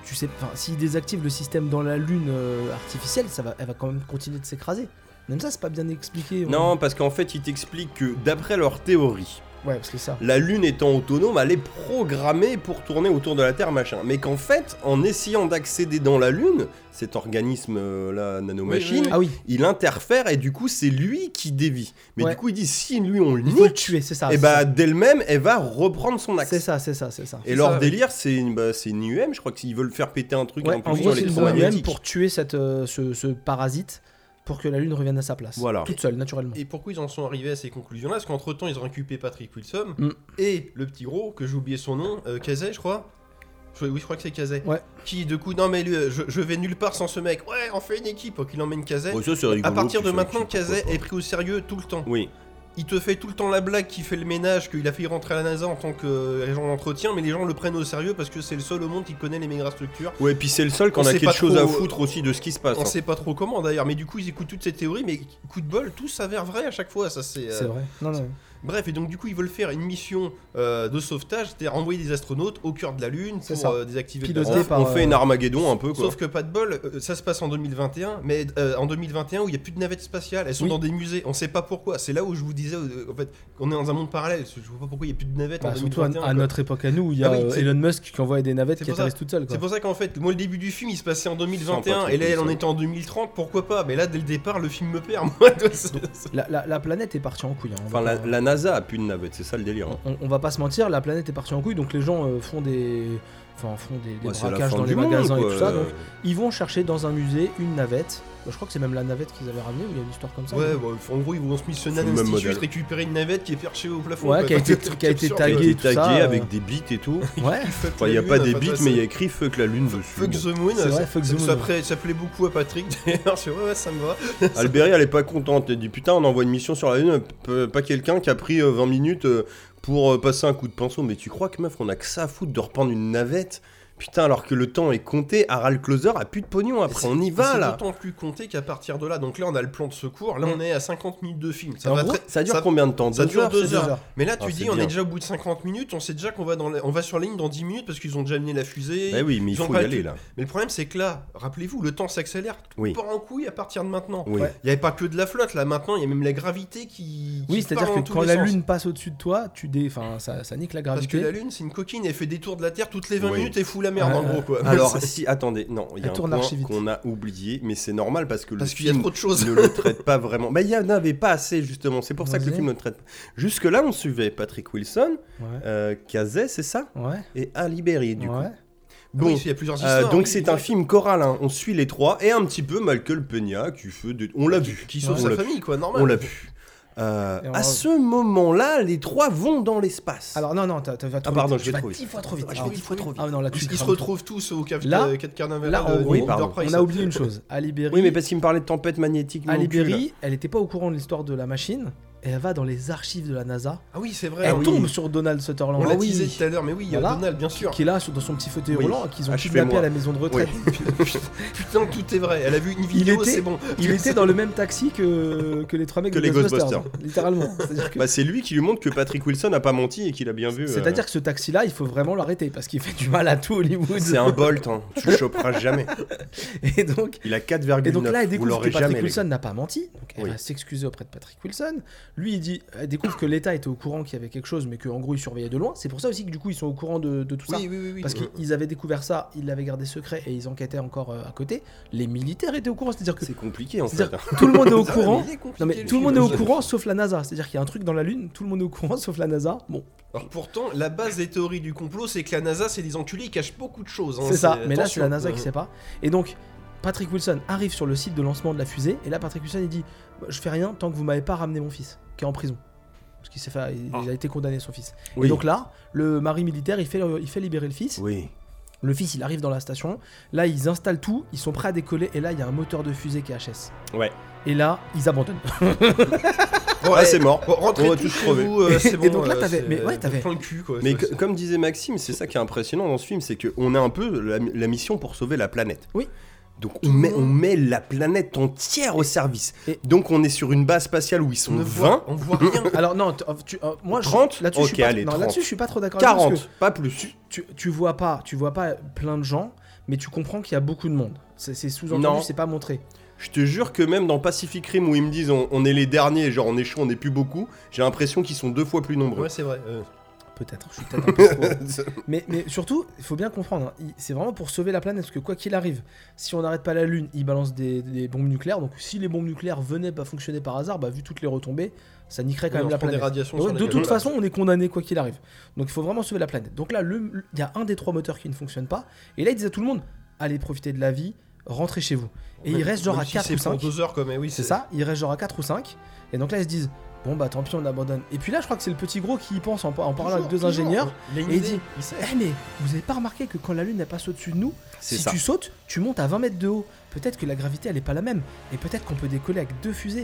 tu sais, enfin, s'ils désactivent le système dans la lune euh, artificielle, ça va, elle va quand même continuer de
hein.
s'écraser. Même ça, c'est pas bien expliqué. on-
Non, parce qu'en fait, ils t'expliquent que d'après leur théorie,
Ouais, parce que ça.
la Lune étant autonome, elle est programmée pour tourner autour de la Terre, machin. Mais qu'en fait, en essayant d'accéder dans la Lune, cet organisme, euh, la nanomachine,
Oui,
Ah oui,
il interfère et du coup, c'est lui qui dévie. Mais
Ouais.
du coup, il dit si lui on le
il faut le
nique,
tuer, c'est ça.
et
Eh
c'est
bah
ben,
ça.
d'elle-même, elle va reprendre son
c'est
axe.
ça, c'est ça, c'est ça.
Et leur
ça, ouais.
délire, c'est une, bah, c'est une UM, je crois qu'ils veulent faire péter un truc
Ouais,
un peu
en gros, c'est une UM
électromagnétique.
pour tuer cette, euh, ce, ce parasite pour que la Lune revienne à sa place.
Voilà.
Toute seule, naturellement.
Et pourquoi ils en sont arrivés à ces conclusions-là Parce qu'entre temps, ils ont récupéré Patrick Wilson
Mm.
et le petit gros, que j'ai oublié son nom, euh, Kazay, je crois. Je- Oui, je crois que c'est Kazay.
Ouais.
Qui, de coup, non, mais lui, euh, je, je vais nulle part sans ce mec. Ouais, on fait une équipe, qu'il emmène Kazay.
Ouais, ça, c'est
à
Oh, rigolo,
partir de
qu'ils
maintenant,
soient
Kazay
équipés,
est
pourquoi
pris au sérieux tout le temps.
pas. Oui,
Il te fait tout le temps la blague qui fait le ménage, qu'il a failli rentrer à la NASA en tant que euh, agent d'entretien, mais les gens le prennent au sérieux parce que c'est le seul au monde qui connaît les mégastructures.
ouais, puis c'est le seul qu'on a
On sait
quelque
pas
chose à
trop-
foutre aussi de ce qui se passe.
On
hein.
sait pas trop comment d'ailleurs, mais du coup ils écoutent toutes ces théories, mais coup de bol, tout s'avère vrai à chaque fois. Ça c'est. euh,
C'est vrai. Non, non.
Bref, et donc du coup ils veulent faire une mission euh, de sauvetage, c'est-à-dire envoyer des astronautes au cœur de la Lune
C'est
pour
ça.
euh, désactiver le
Piloter
On,
bazar.
par,
on fait
euh,
une Armageddon un peu quoi.
Sauf que pas de bol, euh, ça se passe en 2021, mais euh, en 2021 où il n'y a plus de navettes spatiales, elles sont
Oui.
dans des musées, on sait pas pourquoi. C'est là où je vous disais, euh, en fait, qu'on est dans un monde parallèle, je vois pas pourquoi il n'y a plus de navettes
Bah,
en
surtout à,
2021.
à
quoi.
notre époque à nous, où il y a
Ah oui,
euh,
c'est-
Elon Musk qui envoie des navettes
C'est
qui
pour ça.
atterrissent toutes seules. quoi.
C'est pour ça qu'en fait, moi le début du film il se passait en 2021
Sympa,
et là
cool,
on
ça.
était en 2030, pourquoi pas Mais là dès le départ le film me perd moi. C'est- c'est-
La, la- la planète est partie en couille. hein, on va
Enfin, la,
pas-
la NASA a plus de navette, c'est ça le délire. hein.
on, on va pas se mentir, la planète est partie en couille, donc les gens euh, font des, enfin, font des, des
Ouais, c'est la
braquages
fin
dans
du
les
monde,
magasins
quoi.
et tout ça. Donc ils vont chercher dans un musée une navette. Bah, je crois que c'est même la navette qu'ils avaient ramenée, où il y a une histoire comme ça.
Ouais,
non
bah, en gros ils vont se missionner à
C'est le même
l'Institut,
modèle.
récupérer une navette qui est perchée au plafond.
Ouais,
quoi.
qui a été-
Des trucs
qui a été
absurdes.
Elle
taguée,
a été
tout ça,
taguée
euh.
avec des bites et tout.
ouais,
Fuck
Enfin,
la
il n'y a
Lune,
pas des
enfin,
bites,
ça,
mais
c'est-
il y a écrit fuck la lune dessus.
Fuck the
Bon.
Moon,
C'est
ça-
vrai, Fuck the
ça-
Moon,
ça
ouais.
plaît- ça plaît beaucoup à Patrick d'ailleurs, je fais, ouais, ouais, ça me va.
Alberi, elle est pas contente. Elle dit putain, on envoie une mission sur la lune, p- pas quelqu'un qui a pris euh, 20 minutes euh, pour euh, passer un coup de pinceau. Mais tu crois que meuf, on a que ça à foutre de reprendre une navette Putain, alors que le temps est compté, Harald Closer a plus de pognon après, on y va
C'est
là
d'autant plus compté qu'à partir de là, donc là on a le plan de secours, là on est à 50 minutes de film. Ça
Mm. En
va
gros,
très-
Ça dure combien de temps
ça
Deux
dure
heures,
deux
c'est ça
heures. Mais là, tu
Ah,
dis,
c'est
on
bien.
est déjà au bout de 50 minutes, on sait déjà qu'on va, dans la- on va sur la ligne dans 10 minutes parce qu'ils ont déjà amené la fusée.
Bah oui, mais il
Ils ont
faut y
pas le
aller
cul.
là.
Mais le problème, c'est que là, rappelez-vous, le temps s'accélère tout
Oui.
part en couille à partir de maintenant.
Oui.
Ouais.
Il n'y avait pas que de la flotte, là maintenant, il y a même la gravité qui. qui
Oui,
part
c'est-à-dire
dans
que
tous
quand
les
la
sens.
Lune passe au-dessus de toi, tu dé... enfin, ça, ça nique la
Parce que
gravité.
la Lune, c'est une coquine, elle fait des tours de la Terre toutes les 20
Oui.
minutes et fout la merde
Ouais,
en gros quoi.
Alors, si, attendez, non, il y
Elle
a un
tourne
point
archi vite.
qu'on a oublié, mais c'est normal parce que le
parce qu'il y a
film
trop de choses.
ne le traite pas vraiment. Bah, il y en avait pas assez, justement, c'est pour ça que le
Vas-y.
film ne le traite pas. Jusque-là, on suivait Patrick Wilson,
Ouais.
euh, Cazet, c'est ça
Ouais.
Et Alibéry, du
ouais.
coup.
Bon,
Bon,
il y a plusieurs
euh,
histoires.
donc
oui,
c'est
oui.
un film choral, hein. on suit les trois, et un petit peu Michael Peña, qui fait des- On l'a vu.
Qui sauve
on
sa
l'a vu.
famille quoi, normal.
On l'a vu. Euh,
Et on
à
l'a-
ce moment-là, les trois vont dans l'espace.
Alors non, non, t'as- t'as- vas trop
Ah, pardon,
vite.
je
Tu
vais
vas
trop vite.
dix fois trop vite.
Ah, je
Alors,
vais dix fois trop vite.
Ah non, là, tu
Ils se
crames
retrouvent tous au cave
Là-
de 4 carnaval. euh,
Là, en
de-
gros,
de- de
pardon.
trop.
Price.
On a oublié une chose. Alibéry.
oui, mais parce qu'il me parlait de tempête magnétique. mais on cul, là.
Alibéry, elle était pas au courant de l'histoire de la machine. Et elle va dans les archives de la NASA.
Ah oui, c'est vrai.
Elle
oui.
tombe sur Donald Sutherland.
On l'a
Ah oui.
teasé tout à l'heure, mais oui, il y a
Voilà.
Donald, bien sûr.
qui est là sur- dans son petit fauteuil
Oui. Ah,
roulant qu'ils ont
Achevez-moi.
kidnappé à la maison de retraite.
Putain, tout est vrai. Elle a vu une vidéo,
était-
c'est bon.
Il était dans le même taxi que, que les trois mecs
Que
de
les
Ghostbusters,
Ghostbusters.
littéralement. C'est-à-dire que,
Bah, c'est lui qui lui montre que Patrick Wilson a pas menti et qu'il a bien vu. euh,
c'est-à-dire que ce taxi-là, il faut vraiment l'arrêter parce qu'il fait du mal à tout Hollywood.
C'est un Bolt, hein. tu le choperas jamais.
Et donc,
Il a 4,9.
et donc là, elle
vous
découvre que
l'aurez
Patrick
jamais, les
Wilson
gars.
n'a pas menti. Donc elle
Oui.
va s'excuser auprès de Patrick Wilson. Lui, il dit, elle découvre que l'État était au courant qu'il y avait quelque chose, mais qu'en gros, il surveillait de loin. C'est pour ça aussi que du coup, ils sont au courant de, de tout ça.
oui, oui, oui.
Parce qu'ils avaient découvert ça, ils l'avaient gardé secret et ils enquêtaient encore euh, à côté. Les militaires étaient au courant, c'est-à-dire que
C'est compliqué en fait.
c'est-à-dire tout le monde est au
Ah,
courant.
mais il est compliqué,
Non mais
le
tout le
film.
monde est au courant sauf la NASA. C'est-à-dire qu'il y a un truc dans la Lune, tout le monde est au courant sauf la NASA. Bon,
Alors pourtant, la base des théories du complot, c'est que la NASA, c'est des enculés, ils cachent beaucoup de choses. hein.
Oh,
c'est ça. Mais là, c'est
attention.
la NASA
Euh,
qui sait pas. Et donc, Patrick Wilson arrive sur le site de lancement de la fusée. Et là, Patrick Wilson, il dit Bah, Je fais rien tant que vous m'avez pas ramené mon fils, qui est en prison. Parce qu'il s'est fait, il
Ah.
a été condamné son fils.
Oui.
Et donc là, le mari militaire, il fait, il fait libérer le fils.
Oui.
Le fils, il arrive dans la station. Là, ils installent tout. Ils sont prêts à décoller. Et là, il y a un moteur de fusée qui est HS.
Ouais.
Et là, ils abandonnent.
bon,
ah,
eh,
c'est mort.
bon, rentrez
On va
tous
tous
chez
crever.
vous, euh, c'est bon.
Et donc là,
euh,
t'avais-
c'est,
mais ouais,
euh,
t'avais-
plein le cul, quoi.
Mais
Ça,
co- comme disait Maxime, c'est ça qui est impressionnant dans ce film, c'est qu'on a un peu la, la mission pour sauver la planète.
Oui.
Donc on met, on met la planète entière au service.
et-
Donc on est sur une base spatiale où ils
on
sont
ne
20,
voit, on voit rien.
Alors non, t- tu- euh, moi, je-
30?
là-dessus, je suis
Ok,
pas-
allez,
non,
30.
là-dessus, je suis pas trop d'accord. avec vous, parce
40,
que-
pas plus.
tu, tu vois pas tu vois pas plein de gens mais tu comprends qu'il y a beaucoup de monde c'est c'est
Non.
sous-entendu c'est pas montré
Je te jure que même dans Pacific Rim où ils me disent on, on est les derniers, genre on est chaud, on est plus beaucoup, j'ai l'impression qu'ils sont deux fois plus nombreux.
Ouais, c'est vrai. euh,
Peut-être, je suis peut-être un peu trop- Mais, mais surtout, il faut bien comprendre, hein, il- c'est vraiment pour sauver la planète, parce que quoi qu'il arrive, si on n'arrête pas la Lune, ils balancent des, des bombes nucléaires, donc si les bombes nucléaires venaient pas fonctionner par hasard, bah vu toutes les retombées, ça niquerait quand
oui, on
même
se
la
prend des
planète.
radiations
Ouais,
sur la
de toute
gueule.
façon, on est condamné quoi qu'il arrive. Donc il faut vraiment sauver la planète. Donc là, le- le- il y a un des trois moteurs qui ne fonctionne pas. Et là, il disait à tout le monde allez profiter de la vie, rentrez chez vous. Et il
Même-
reste genre
même
à
si
4
c'est
ou
pour
5.
deux heures, quand même, oui.
C'est ça, il reste genre à 4 ou 5. Et donc là, ils se disent bon bah tant pis, on abandonne. Et puis là, je crois que c'est le petit gros qui y pense en, en parlant avec deux ingénieurs.
Il a une
et il
idée,
dit-
il sait.
Eh mais vous avez pas remarqué que quand la lune elle passe au-dessus de nous,
C'est
si
ça.
tu sautes, tu montes à 20 mètres de haut. Peut-être que la gravité elle est pas la même. Et peut-être qu'on peut décoller avec deux fusées,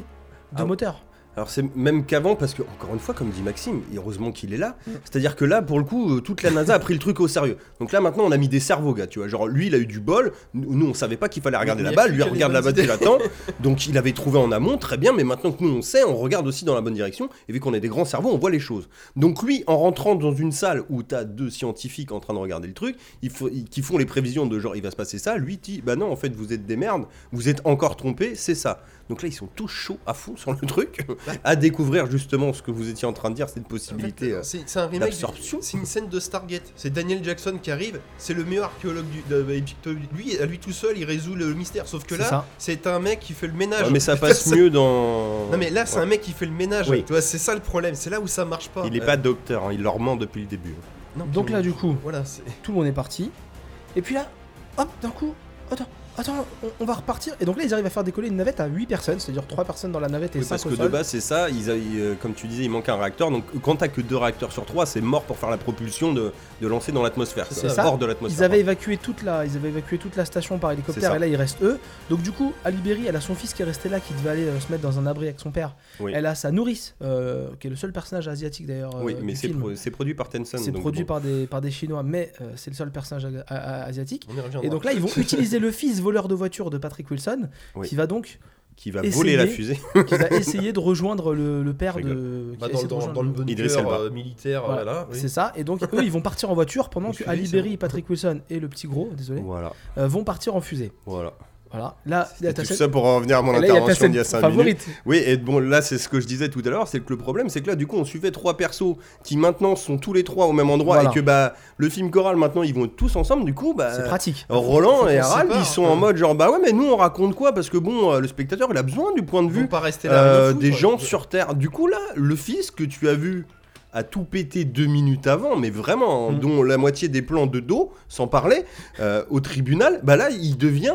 deux
Ah,
moteurs.
Alors c'est même qu'avant, parce que, encore une fois, comme dit Maxime, et heureusement qu'il est
Mm.
là, c'est-à-dire que là, pour le coup, euh, toute la NASA a pris le truc au sérieux. Donc là, maintenant, on a mis des cerveaux, gars, tu vois. Genre, lui, il a eu du bol, nous, nous, on savait pas qu'il fallait regarder
Il
la
a
balle,
plus
lui, il
que les
regarde la
bonnes
balle il attend. Donc il avait trouvé en amont, très bien, mais maintenant que nous, on sait, on regarde aussi dans la bonne direction, et vu qu'on est des grands cerveaux, on voit les choses. Donc lui, en rentrant dans une salle où t'as deux scientifiques en train de regarder le truc, il faut- ils- qui font les prévisions de genre, il va se passer ça, lui dit, bah non, en fait, vous êtes des merdes, vous êtes encore trompés, c'est ça. Donc là, ils sont tous chauds à fond sur le truc, à découvrir justement ce que vous étiez en train de dire, cette
En fait,
possibilité. euh,
c'est c'est un remake, du-
d'absorption.
c'est une scène de Stargate. C'est Daniel Jackson qui arrive, c'est le meilleur archéologue du, de- de- lui, à lui tout seul, il résout le mystère. Sauf que
C'est
là,
ça.
c'est un mec qui fait le ménage.
ouais, mais ça
Putain,
passe
c'est-
mieux dans.
Non mais là, c'est
Ouais.
un mec qui fait le ménage.
Oui.
Tu vois, c'est ça le problème. C'est là où ça marche pas.
Il est
Euh,
pas docteur, hein, il leur ment depuis le début.
non,
Donc
puis-
là, du coup,
voilà, c'est
tout le monde est parti. Et puis là, hop, d'un coup, attends, attends, on, on va repartir. Et donc là, ils arrivent à faire décoller une navette à 8 personnes, c'est-à-dire 3 personnes dans la navette et
Oui,
5
parce
au
que de
sol.
base, c'est ça, ils, a- ils, euh, comme tu disais, il manque un réacteur. Donc, quand t'as que deux réacteurs sur trois, c'est mort pour faire la propulsion de, de lancer dans l'atmosphère.
C'est
quoi.
ça.
Hors de
Ils
l'atmosphère.
avaient, évacué toute la, ils avaient évacué toute la station par
hein. C'est
hélicoptère
ça.
et là il reste eux. Donc du coup, Alibéry, elle a son fils qui est resté là, qui devait aller euh, se mettre dans un abri avec son père.
Oui.
Elle a sa nourrice, euh, qui est le seul personnage asiatique d'ailleurs. euh,
Oui, mais
du
c'est
film.
pro- c'est produit par Tencent.
C'est
donc
produit
bon.
par, des, par des Chinois, mais euh, c'est le seul personnage a- a- a- asiatique.
on y reviendra.
Et donc là, ils vont utiliser le fils voleur de voiture de Patrick Wilson,
Oui.
qui va donc
Qui va
Essayez.
voler la fusée.
qui va essayer de rejoindre le, le père
Rigole.
de. qui
Bah,
a
dans,
essayé
le-
de
dans-
rejoindre
dans le
le-
Idriss
bunker
Elba.
euh, militaire,
Voilà,
voilà. oui.
C'est ça, et donc eux ils vont partir en voiture pendant
Vous
que
suivez, c'est
Alibéry,
bon.
Patrick Wilson et le petit gros, désolé,
Voilà,
euh, vont partir en fusée.
voilà.
Voilà, là il y a
Et
ta
Tout
scène-
ça pour en revenir à mon
et là, il y a ta
intervention
scène
d'il y a 5 minutes.
favorite.
Oui, et bon, là, c'est ce que je disais tout à l'heure, c'est que le problème, c'est que là, du coup, on suivait trois persos qui maintenant sont tous les trois au même endroit
Voilà.
et que bah le film choral maintenant, ils vont être tous ensemble. Du coup, bah.
C'est pratique.
Roland
Faut qu'on
et
se
Harald,
sépare,
ils sont
quoi.
en mode genre bah ouais, mais nous on raconte quoi Parce que bon, euh, le spectateur il a besoin du point de
Ils vont
vue
pas rester là. rien
euh,
foutre.
des gens sur Terre. Du coup, là, le fils que tu as vu a tout pété deux minutes avant, mais vraiment,
Mm.
dont la moitié des plans de dos, sans parler, euh, au tribunal, bah là, il devient.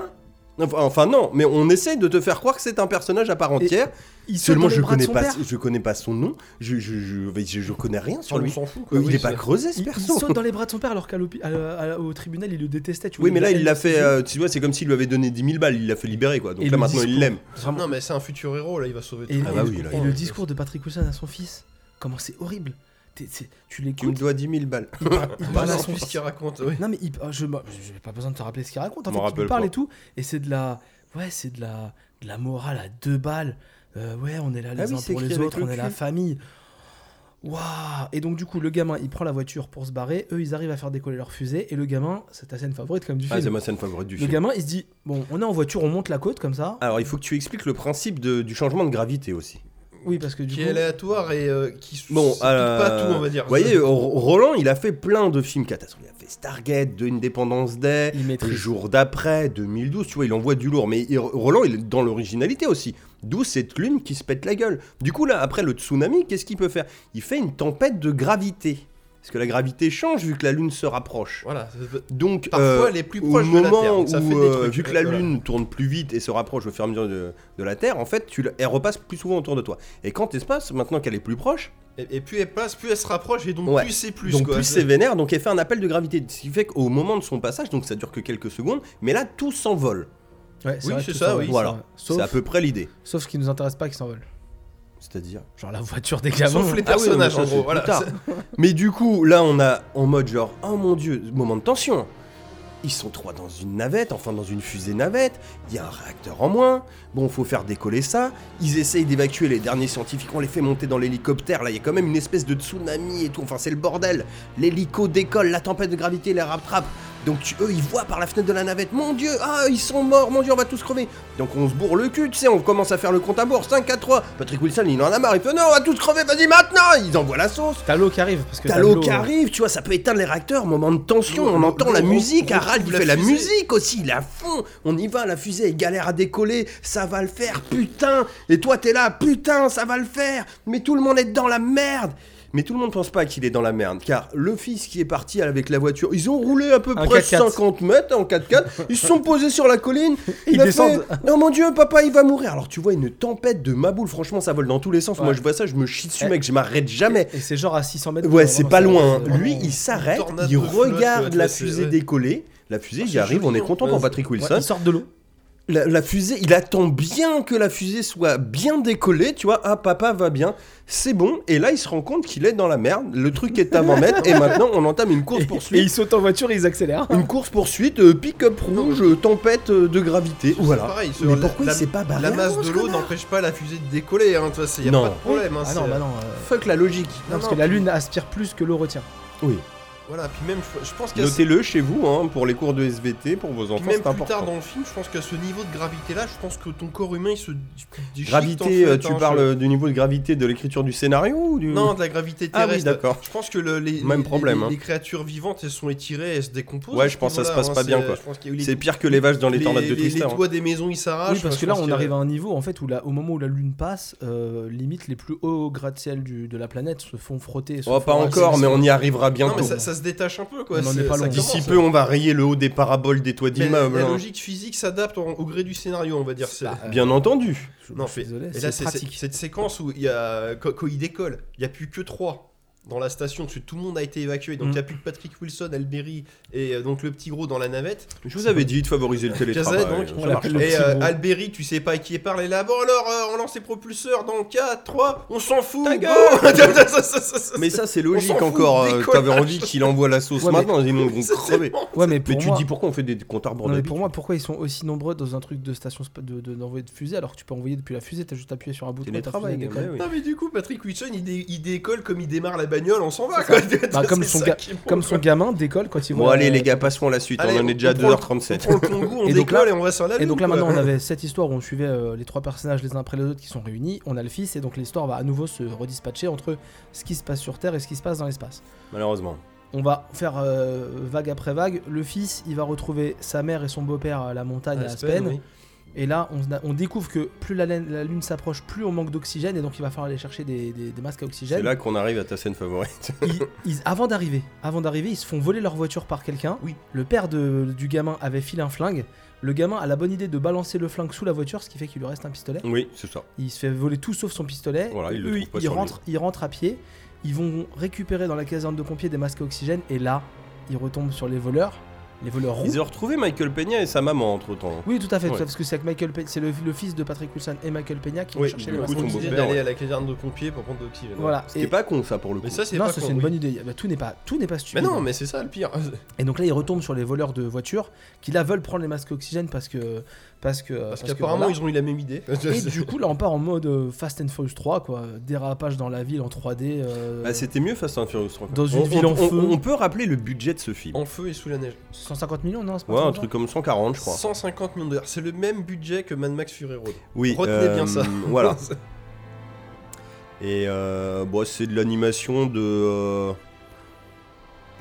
Enfin, enfin, non, mais on essaie de te faire croire que c'est un personnage à part entière.
Il saute
Seulement,
dans les
je
bras de
connais
son
pas,
père.
je connais pas son nom. Je je je, je, je connais rien sur
Ah
Oh, on
lui.
s'en fout.
Euh,
quoi,
il
oui,
est pas
c'est-
creusé ce
Il, il
perso.
saute dans les bras de son père alors qu'à l'hôpi- à la- à la- au tribunal il le détestait. Tu vois,
Oui, mais là, il l'a
il
fait. euh, tu vois, c'est comme s'il lui avait donné 10 000 balles. Il l'a fait libérer, quoi. Donc
Et
là,
le
maintenant, il
discours.
l'aime.
Vraiment.
Non mais c'est un futur héros là, il va sauver.
Et,
tout
Ah
et-
bah
monde,
oui,
je
là,
et
comprends,
le
mais-
discours de Patrick Wilson à son fils, comment c'est horrible. T'es- c'est- tu
Tu me
l'écoutes,
dois 10 000 balles.
il parle, il
Bah,
parle à
non,
son
plus ce
fils.
qu'il raconte. oui.
Non mais il, ah, je n'ai pas besoin de te rappeler ce qu'il raconte. En
Je m'en
fait, il
rappelle
parle
pas.
et tout, et c'est de la, ouais, c'est de la, de la morale à deux balles. Euh, ouais, on est là les
Ah oui,
uns
c'est
pour
écrit
les
avec
autres,
le
on est la
cul.
famille. Waouh Et donc du coup, le gamin, il prend la voiture pour se barrer. Eux, ils arrivent à faire décoller leur fusée, et le gamin, c'est ta scène favorite comme du
Ah, c'est
film.
ma scène favorite du
Le
film.
gamin, il se dit bon, on est en voiture, on monte la côte comme ça.
Alors, il faut que tu expliques le principe de- du changement de gravité aussi.
Oui, parce que du
qui
coup,
est aléatoire et euh, qui s-
Bon,
s'explique
euh,
pas tout, on va dire.
Vous voyez, R- Roland, il a fait plein de films catastrophes. Il a fait Stargate, de Independence Day,
il
Le
maîtrise.
jour d'après, 2012, tu vois, il envoie du lourd. Mais il- Roland, il est dans l'originalité aussi. D'où cette lune qui se pète la gueule. Du coup, là, après le tsunami, qu'est-ce qu'il peut faire Il fait une tempête de gravité. Parce que la gravité change vu que la lune se rapproche.
Voilà. c'est-
Donc,
Parfois,
euh,
elle est plus
au
proche de la Terre.
moment
donc ça fait
où,
des
euh,
trucs,
vu que la
euh, voilà.
Lune tourne plus vite et se rapproche au fur et à mesure de, de la Terre, en fait, tu, la- elle repasse plus souvent autour de toi. Et quand elle se passe, maintenant qu'elle est plus proche,
Et, et plus elle passe, plus elle se rapproche et donc
Ouais.
plus c'est plus.
donc
quoi.
plus c'est vénère, donc elle fait un appel de gravité. Ce qui fait qu'au moment de son passage, donc ça dure que quelques secondes, mais là, tout s'envole.
Ouais,
Oui,
vrai
c'est
que
ça,
tout
oui.
va-
Voilà.
vrai.
C'est à
Sauf,
peu près l'idée.
sauf ce qui nous intéresse pas, qui s'envole.
C'est-à-dire.
Genre la voiture des gamins.
Sauf les
Ah oui, non, mais
personnages
ça,
en
c'est
gros. Voilà.
plus tard. Mais du coup, là, on a en mode genre, oh mon dieu, moment de tension. Ils sont trois dans une navette, enfin dans une fusée navette. Il y a un réacteur en moins. Bon, faut faire décoller ça. Ils essayent d'évacuer les derniers scientifiques. On les fait monter dans l'hélicoptère. Là, il y a quand même une espèce de tsunami et tout. Enfin, c'est le bordel. L'hélico décolle, la tempête de gravité les rattrape. Donc tu- eux, ils voient par la fenêtre de la navette, mon dieu, ah, ils sont morts, mon dieu, on va tous crever. Donc on se bourre le cul, tu sais, on commence à faire le compte à bourre, 5 à 3. Patrick Wilson, il en a marre, il fait, non, on va tous crever, vas-y maintenant Ils envoient la sauce.
T'as l'eau qui arrive parce que
T'as l'eau
de
qui
euh,
arrive, tu vois, ça peut éteindre les réacteurs, moment de tension,
L'eau-
on
l'eau-
entend la
l'eau-
musique,
on
Harald il
retrouve la
fait la
fusée.
musique aussi, il est à fond, on y va, la fusée, elle galère à décoller, ça va le faire, putain Et toi t'es là, putain, ça va le faire Mais tout le monde est dans la merde mais tout le monde pense pas qu'il est dans la merde, car le fils qui est parti avec la voiture, ils ont roulé à peu
Un
près
4x4.
50 mètres en 4x4, ils se sont posés sur la colline,
Ils
il a
descendent.
fait, Non mon dieu, papa, il va mourir. Alors tu vois une tempête de maboules, franchement, ça vole dans tous les sens. Moi
Ouais.
je vois ça, je me chie dessus,
Eh.
mec, je m'arrête jamais.
Et c'est genre à 600 mètres.
Ouais,
quoi,
c'est
vraiment,
pas loin. hein.
c'est hein.
Lui,
vraiment-
il s'arrête,
tornade
il
de flotte,
regarde
ouais,
la
c'est-
fusée
ouais.
décoller. La fusée,
Ah,
j'y
c'est
arrive, on
joli,
est content
ouais,
pour
c'est-
Patrick
Ouais,
Wilson.
il sort de l'eau.
La, la fusée, il attend bien que la fusée soit bien décollée, tu vois. Ah, papa va bien, c'est bon. Et là, il se rend compte qu'il est dans la merde. Le truc est à 20 mètres, et maintenant, on entame une
Et,
course
et
poursuite.
ils sautent en voiture et ils accélèrent.
Une course poursuite, pick-up rouge, euh, tempête euh, de gravité. Voilà.
pareil, sur
Mais
la-
pourquoi
la-
il s'est pas barré
La masse
avant, ce
de l'eau
connard
n'empêche pas la fusée de décoller, hein, toi, c'est y a
Non.
pas de problème. hein,
Ah
c'est-
non, bah non. euh,
Fuck la logique.
Non, parce
non,
que la
puis-
lune aspire plus que l'eau retient.
Oui.
Voilà, puis même, je- je pense qu'à ce-
Notez-le chez vous hein, pour les cours de SVT, pour vos
puis
enfants.
même
c'est
plus tard
important.
dans le film, je pense qu'à ce niveau de gravité-là, je pense que ton corps humain, il se déchique, en
Gravité,
fait,
euh,
hein,
tu
je-
parles euh, du niveau de gravité de l'écriture du scénario ou du...
Non, de la gravité
Ah oui,
terrestre.
d'accord.
Je pense que le- les,
Même
les-
problème,
les,
hein.
les créatures vivantes, elles sont étirées, elles se décomposent. hein,
Ouais,
à
je
ce
pense que ça se
niveau-là,
passe pas
c'est-
bien, quoi.
je pense qu'il y a eu les-
C'est pire que les vaches dans les, tornades de
les-
Twister.
Les
hein.
doigts des maisons, ils s'arrachent.
oui, parce
Ah, je
que là,
pense
on
qu'il y a-
arrive à un niveau en fait où là, au moment où la lune passe, euh, limite les plus hauts gratte-ciel du- de la planète se font frotter. et se
Oh,
font
pas
raser.
encore, mais on y arrivera
Non, mais
bientôt.
ça, ça se détache un peu, quoi.
On en
c'est-
est pas
ça
loin.
commence,
D'ici
hein.
peu, on va rayer le haut des paraboles des toits
Mais la-
d'immeubles.
La
hein.
logique physique s'adapte en- au gré du scénario, on va dire. c'est-
Bah, euh,
Bien entendu.
je-
Non,
je suis
mais-
désolé,
Et là,
c'est
c'est c'est-
pratique.
cette séquence où il y a quand, quand il décolle, il y a plus que trois dans la station, parce que tout le monde a été évacué, donc il
Mm.
n'y a plus que Patrick Wilson, Alberi et euh, donc le petit gros dans la navette.
Je vous avais dit de favoriser le télétravail.
Cazette, donc,
on
ça marche.
l'appelle le
Et
petit
euh,
gros.
Alberi, tu sais pas à qui il parle, et là, bon alors, euh, on lance les propulseurs dans 4, 3, on s'en fout
Ta
go
Mais ça, c'est
s'en
logique
fout,
encore. euh,
décollage.
T'avais envie qu'il envoie la sauce
Ouais, mais-
maintenant, ils vont
C'est
crever.
tellement-
Ouais, mais
Mais
pour
tu
moi,
dis pourquoi on fait des comptes à bord
non, mais
d'habitude
pour moi, pourquoi ils sont aussi nombreux dans un truc de station spa- de- de- d'envoi de, fusée alors que tu peux envoyer depuis la fusée, t'as juste appuyé sur un bouton et ta fusée
Télétravail,
décolle.
ouais, ouais.
Non mais du coup Patrick Wilson il, dé- il décolle comme il démarre la bagnole on s'en va quoi.
Bah, comme
C'est
son
ça
gars-
qui est bon,
Comme
quoi.
son gamin décolle quand il
Bon,
voit.
allez,
euh,
les gars, passons à la suite. hein,
Allez,
on en est déjà à
on prend le- on
2h37.
prend le Congo, on
Et donc là-
décolle et on va sur la
Et
lune.
donc là
quoi.
maintenant on avait cette histoire où on suivait euh, les trois personnages les uns après les autres qui sont réunis, on a le fils et donc l'histoire va à nouveau se redispatcher entre ce qui se passe sur Terre et ce qui se passe dans l'espace.
Malheureusement.
On va faire euh, vague après vague, le fils il va retrouver sa mère et son beau-père à la montagne à Aspen,
oui.
et là on, a- on découvre que plus la, laine- la lune s'approche plus on manque d'oxygène et donc il va falloir aller chercher des, des- des masques à
C'est
oxygène.
là qu'on arrive à ta scène favorite.
Ils- ils- avant d'arriver, avant d'arriver, ils se font voler leur voiture par quelqu'un.
Oui.
Le père de- du gamin avait filé un flingue. Le gamin a la bonne idée de balancer le flingue sous la voiture, ce qui fait qu'il lui reste un pistolet.
Oui, c'est ça.
Il se fait voler tout sauf son pistolet.
Voilà, il le
Eux,
trouve pas
ils
sur lui.
rentrent, ils rentrent à pied. Ils vont récupérer dans la caserne de pompiers des masques à oxygène. Et là, ils retombent sur les voleurs. Les voleurs roux.
Ils ont retrouvé Michael Peña et sa maman entre temps.
Oui, tout à fait. tout à
Ouais.
fait, Parce que c'est avec Michael, Pe- c'est le, le fils de Patrick Wilson et Michael Peña qui vont
Oui,
chercher
du
les
coup,
masques. à
ton
Ils ont
oxygène.
décidé
beau-père,
d'aller
ouais.
à la caserne de pompiers pour prendre de l'oxygène.
Voilà.
Ce qui
Et-
est pas con, ça, pour le coup.
Mais ça c'est
non,
pas
ça
con,
c'est une
oui.
bonne idée. Bah, tout n'est pas, tout n'est pas
Mais
stupide.
non, mais c'est ça le pire.
Et donc là, ils retombent sur les voleurs de voitures qui là veulent prendre les masques oxygène parce que parce que
Parce
que
qu'apparemment
voilà.
ils ont eu la même idée.
Et du coup, là, on part en mode euh, Fast and Furious 3, quoi. Dérapage dans la ville en 3D. euh,
Bah, c'était mieux Fast and Furious 3. quoi.
Dans une
On-
ville
on-
en
on-
feu.
On peut rappeler le budget de ce film.
En feu et sous la neige.
150 millions, non c'est pas
Ouais, un
comme ça
truc comme 140, je crois.
150 millions de dollars. C'est le même budget que Mad Max Fury Road.
Oui,
Retenez
euh,
bien ça.
Voilà. Et euh, bon, c'est de l'animation de. euh,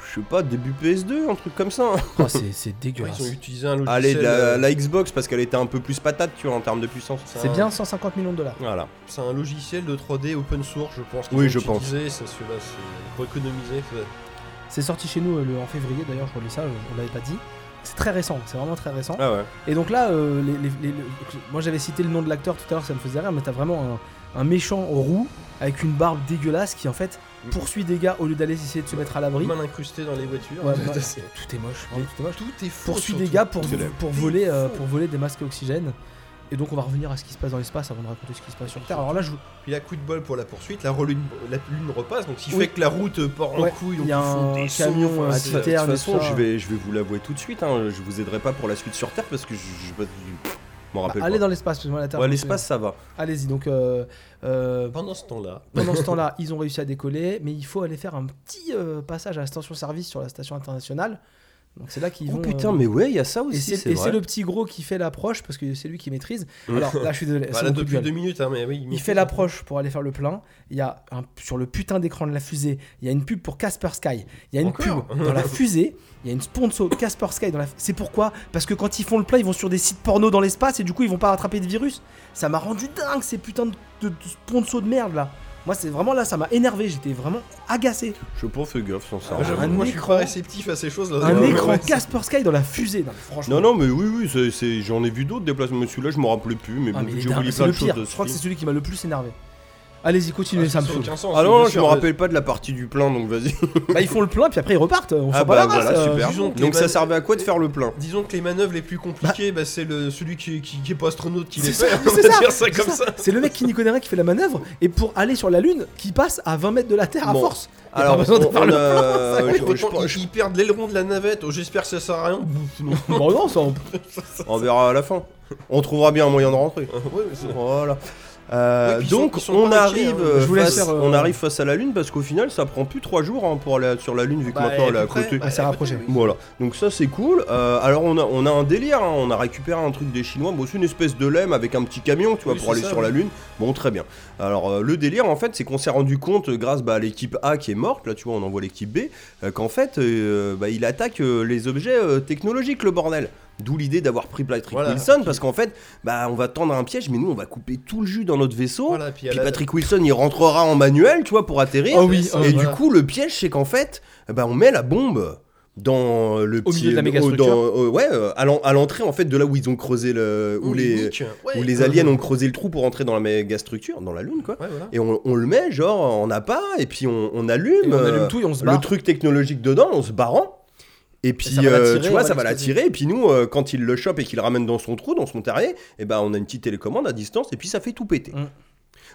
je sais pas, début PS2, un truc comme ça. hein.
Oh, c'est c'est
Ouais,
dégueulasse.
ils ont utilisé un logiciel.
Allez, de la,
euh,
la Xbox, parce qu'elle était un peu plus patate, tu vois, en termes de puissance.
C'est bien 150 millions de dollars.
Voilà.
C'est un logiciel de 3D open source, je pense. qu'ils
Oui,
ont
je pense.
utilisé, Ça, c'est- là, c'est pour économiser. ça-
C'est sorti chez nous euh, le, en février, d'ailleurs, je relis ça, je- on l'avait pas dit. C'est très récent, c'est vraiment très récent.
Ah ouais.
Et donc là, euh, les- les- les- le- moi j'avais cité le nom de l'acteur tout à l'heure, ça me faisait rire, mais t'as vraiment un, un méchant au roux avec une barbe dégueulasse qui en fait
Mm.
poursuit des gars au lieu d'aller essayer de se mettre à l'abri.
Mal incrusté dans les voitures.
Ouais, bah,
C'est-
tout est moche, vraiment, tout est moche.
Tout est faux.
poursuit
surtout.
des gars pour,
c'est la-
pour, voler, euh,
faux.
pour voler des masques à oxygène. Et donc on va revenir à ce qui se passe dans l'espace avant de raconter ce qui se passe sur Terre. Alors là, je vous-
Puis là, coup de bol pour la poursuite, la, relune, la lune repasse, donc ce qui
Oui.
fait que la route part en
Ouais,
couille,
il
donc
y a
ils font
un
des
camion,
sauts,
euh,
enfin,
qui
c'est-
fait
De toute
Terre,
façon,
mais ça-
je vais, je vais vous l'avouer tout de suite, hein, je vous aiderai pas pour la suite sur Terre, parce que je, je, je- je m'en
Ah,
rappelle
allez
pas.
dans l'espace, parce que moi, la Terre.
Ouais,
donc,
l'espace, ça va.
euh, Allez-y, donc euh, euh,
Pendant ce temps-là,
pendant ce temps-là, ils ont réussi à décoller, mais il faut aller faire un petit euh, passage à la station-service sur la station internationale. Donc c'est là qu'ils
Oh
vont.
putain,
euh,
mais ouais, il y a ça
Et
aussi,
c'est
c'est
et c'est
vrai.
le petit gros qui fait l'approche parce que c'est lui qui maîtrise. Alors là, je suis désolé. c'est
Voilà,
mon coup de
Bah, depuis
gueule.
deux minutes, hein, mais oui.
Il
mais-
fait l'approche pour aller faire le plein. Il y a un- sur le putain d'écran de la fusée, il y a une pub pour Casper Sky. Il y a une
Encore
pub dans la fusée. Il y a une sponsor Casper Sky dans la. C'est pourquoi Parce que quand ils font le plein, ils vont sur des sites porno dans l'espace et du coup ils vont pas rattraper de virus. Ça m'a rendu dingue ces putains de, de, de sponsors de merde là. Moi c'est vraiment là, ça m'a énervé. J'étais vraiment agacé.
Je pense fais gaffe sans ça.
Ah, j'avoue,
Un
moi, je suis
écran.
pas réceptif à ces choses.
Euh,
Là,
Un
Ouais,
écran
ouais,
Casper Sky dans la fusée. Non, mais franchement.
Non, non, mais oui, oui, c'est- c'est- j'en ai vu d'autres déplacements. Celui-là, je m'en rappelais plus, mais
Ah,
bon,
mais il est
j'ai
dingue,
oublié
c'est
plein
le
de choses
pire.
de
Je
ce
crois que c'est
film.
celui qui m'a le plus énervé. Allez-y, continuez,
Ah,
ça me
n'a
saoule.
aucun sens,
Ah non,
bien
je
sûr,
me
mais-
rappelle pas de la partie du plein, donc vas-y.
Bah, ils font le plein, puis après ils repartent. On s'en
Ah
bat la
bah
race,
voilà,
euh,
super.
disons que les
Donc ça
vannes-
servait à quoi de faire le plein
Disons que les manœuvres les plus compliquées, bah, c'est le, celui qui, qui, qui est pas astronaute qui les
C'est
fait.
ça,
On
c'est
va
ça,
dire ça
c'est
comme
ça.
ça.
C'est le mec qui n'y connaît rien qui fait la manœuvre et pour aller sur la lune qui passe à 20 mètres de la Terre à
Bon.
force. Y a pas
Alors,
besoin de
on-
faire
on
le
a-
Ouais,
je- je-
autant
je-
ils, ils perdent l'aileron de la navette. Oh, J'espère que ça sert à rien. Bouf, non.
Bon, non, ça, on-
on verra à la fin. On trouvera bien un moyen de rentrer.
Ouais, mais c'est-
Voilà. Euh,
Oui, puis ils sont-
donc
ils sont
on
pas
arrive,
inquiets, hein.
euh,
Je vous laisse
face,
faire, euh,
on arrive face à la lune parce qu'au final ça prend plus trois jours hein, pour aller sur la lune vu que
Bah,
maintenant elle est
à
à
peu près,
côté.
bah,
on s'est
ouais,
rapproché.
ouais,
Voilà, donc ça c'est cool. Euh, alors on a, on a un délire, hein. on a récupéré un truc des Chinois, bon, c'est une espèce de lemme avec un petit camion, tu vois,
Oui,
pour
c'est
aller
ça,
sur
oui.
la Lune. Bon, très bien. Alors euh, le délire en fait, c'est qu'on s'est rendu compte, euh, grâce bah, à l'équipe A qui est morte, là tu vois, on envoie l'équipe B, euh, qu'en fait euh, bah, il attaque euh, les objets euh, technologiques, le bordel. D'où l'idée d'avoir pris Patrick
Voilà.
Wilson, parce qu'en fait, bah, on va tendre un piège, mais nous on va couper tout le jus dans notre vaisseau.
Voilà, puis à
Puis
la-
Patrick Wilson il rentrera en manuel, tu vois, pour atterrir.
Oh oui, oh,
et
voilà.
du coup, le piège, c'est qu'en fait, eh ben, on met la bombe dans le
Au
petit.
milieu de la
euh,
mégastructure.
dans- euh, ouais, euh, à l'en- à l'entrée, en fait, de là où ils ont creusé le. Où,
on les
les,
nique, ouais.
où les aliens ont creusé le trou pour entrer dans la mégastructure, dans la Lune, quoi.
Ouais, voilà.
Et on, on le met, genre, en appât, et puis on, on allume,
Et on
euh,
allume tout et on se
le
barre.
truc technologique dedans, en se barrant. Et puis,
ça va
euh,
l'attirer,
tu vois,
on va
ça va
l'exploser.
l'attirer. Et puis, nous, euh, quand il le chope et qu'il le ramène dans son trou, dans son terrier, eh ben, on a une petite télécommande à distance et puis ça fait tout péter.
Mm.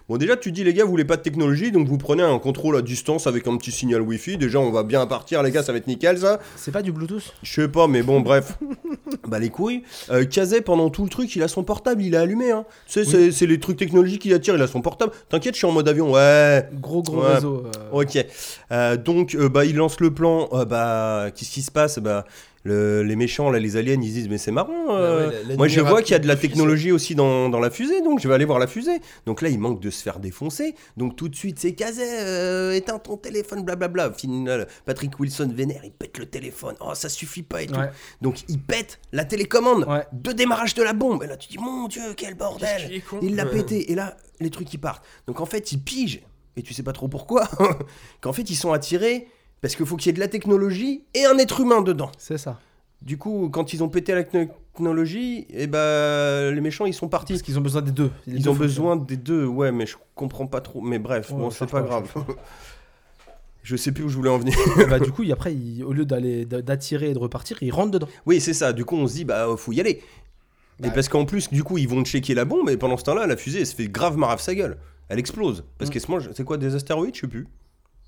Bon, déjà, tu dis, les gars, vous voulez pas de technologie, donc vous prenez un contrôle à distance avec un petit signal Wi-Fi. Déjà, on va bien partir, les gars, ça va être nickel, ça.
C'est pas du Bluetooth
Je sais pas, mais bon, bref. bah, les couilles. Euh, Kazay, pendant tout le truc, il a son portable, il est allumé. Hein. Tu sais,
Oui.
c'est- c'est les trucs technologiques qu'il attire, il a son portable. T'inquiète, je suis en mode avion. Ouais.
Gros gros
Ouais.
réseau. euh,
Ok. Euh, donc, euh, bah, il lance le plan. Euh, bah, qu'est-ce qui se passe Bah, le- les méchants, là, les aliens, ils disent, mais c'est marrant. euh,
Bah ouais, la- la
moi, je
nuit
vois qu'il y a de la
rapide,
technologie aussi dans, dans la fusée, donc je vais aller voir la fusée. Donc là, il manque de se faire défoncer. Donc tout de suite, c'est casé. euh, éteins ton téléphone, blablabla. Au Final, Patrick Wilson vénère, il pète le téléphone. Oh, ça suffit pas et tout.
Ouais.
Donc il pète la télécommande
Ouais.
de démarrage de la bombe. Et là, tu dis, mon Dieu, quel bordel.
Qu'est-ce qu'il est con.
Il l'a
Ouais.
pété, et là, les trucs ils partent. Donc en fait, ils pigent, et tu sais pas trop pourquoi, qu'en fait, ils sont attirés parce qu'il faut qu'il y ait de la technologie et un être humain dedans.
C'est ça.
Du coup, quand ils ont pété la technologie, et ben les méchants ils sont partis.
Parce qu'ils ont besoin des deux. Les
Ils
deux
ont
font-
besoin des deux, ouais, mais je comprends pas trop. Mais bref,
Ouais,
bon,
ça
c'est
change
pas
pas,
grave. Je sais plus où je voulais en venir.
bah, du coup, il- après, il- au lieu d'aller d'attirer et de repartir, ils rentrent dedans.
Oui, c'est ça. Du coup, on se dit, bah, faut y aller.
Bah,
et parce qu'en plus, du coup, ils vont checker la bombe, et pendant ce temps-là, la fusée, elle se fait grave marave sa gueule. Elle explose. Parce
Mm.
qu'elle se mange. C'est quoi, des astéroïdes Je sais plus.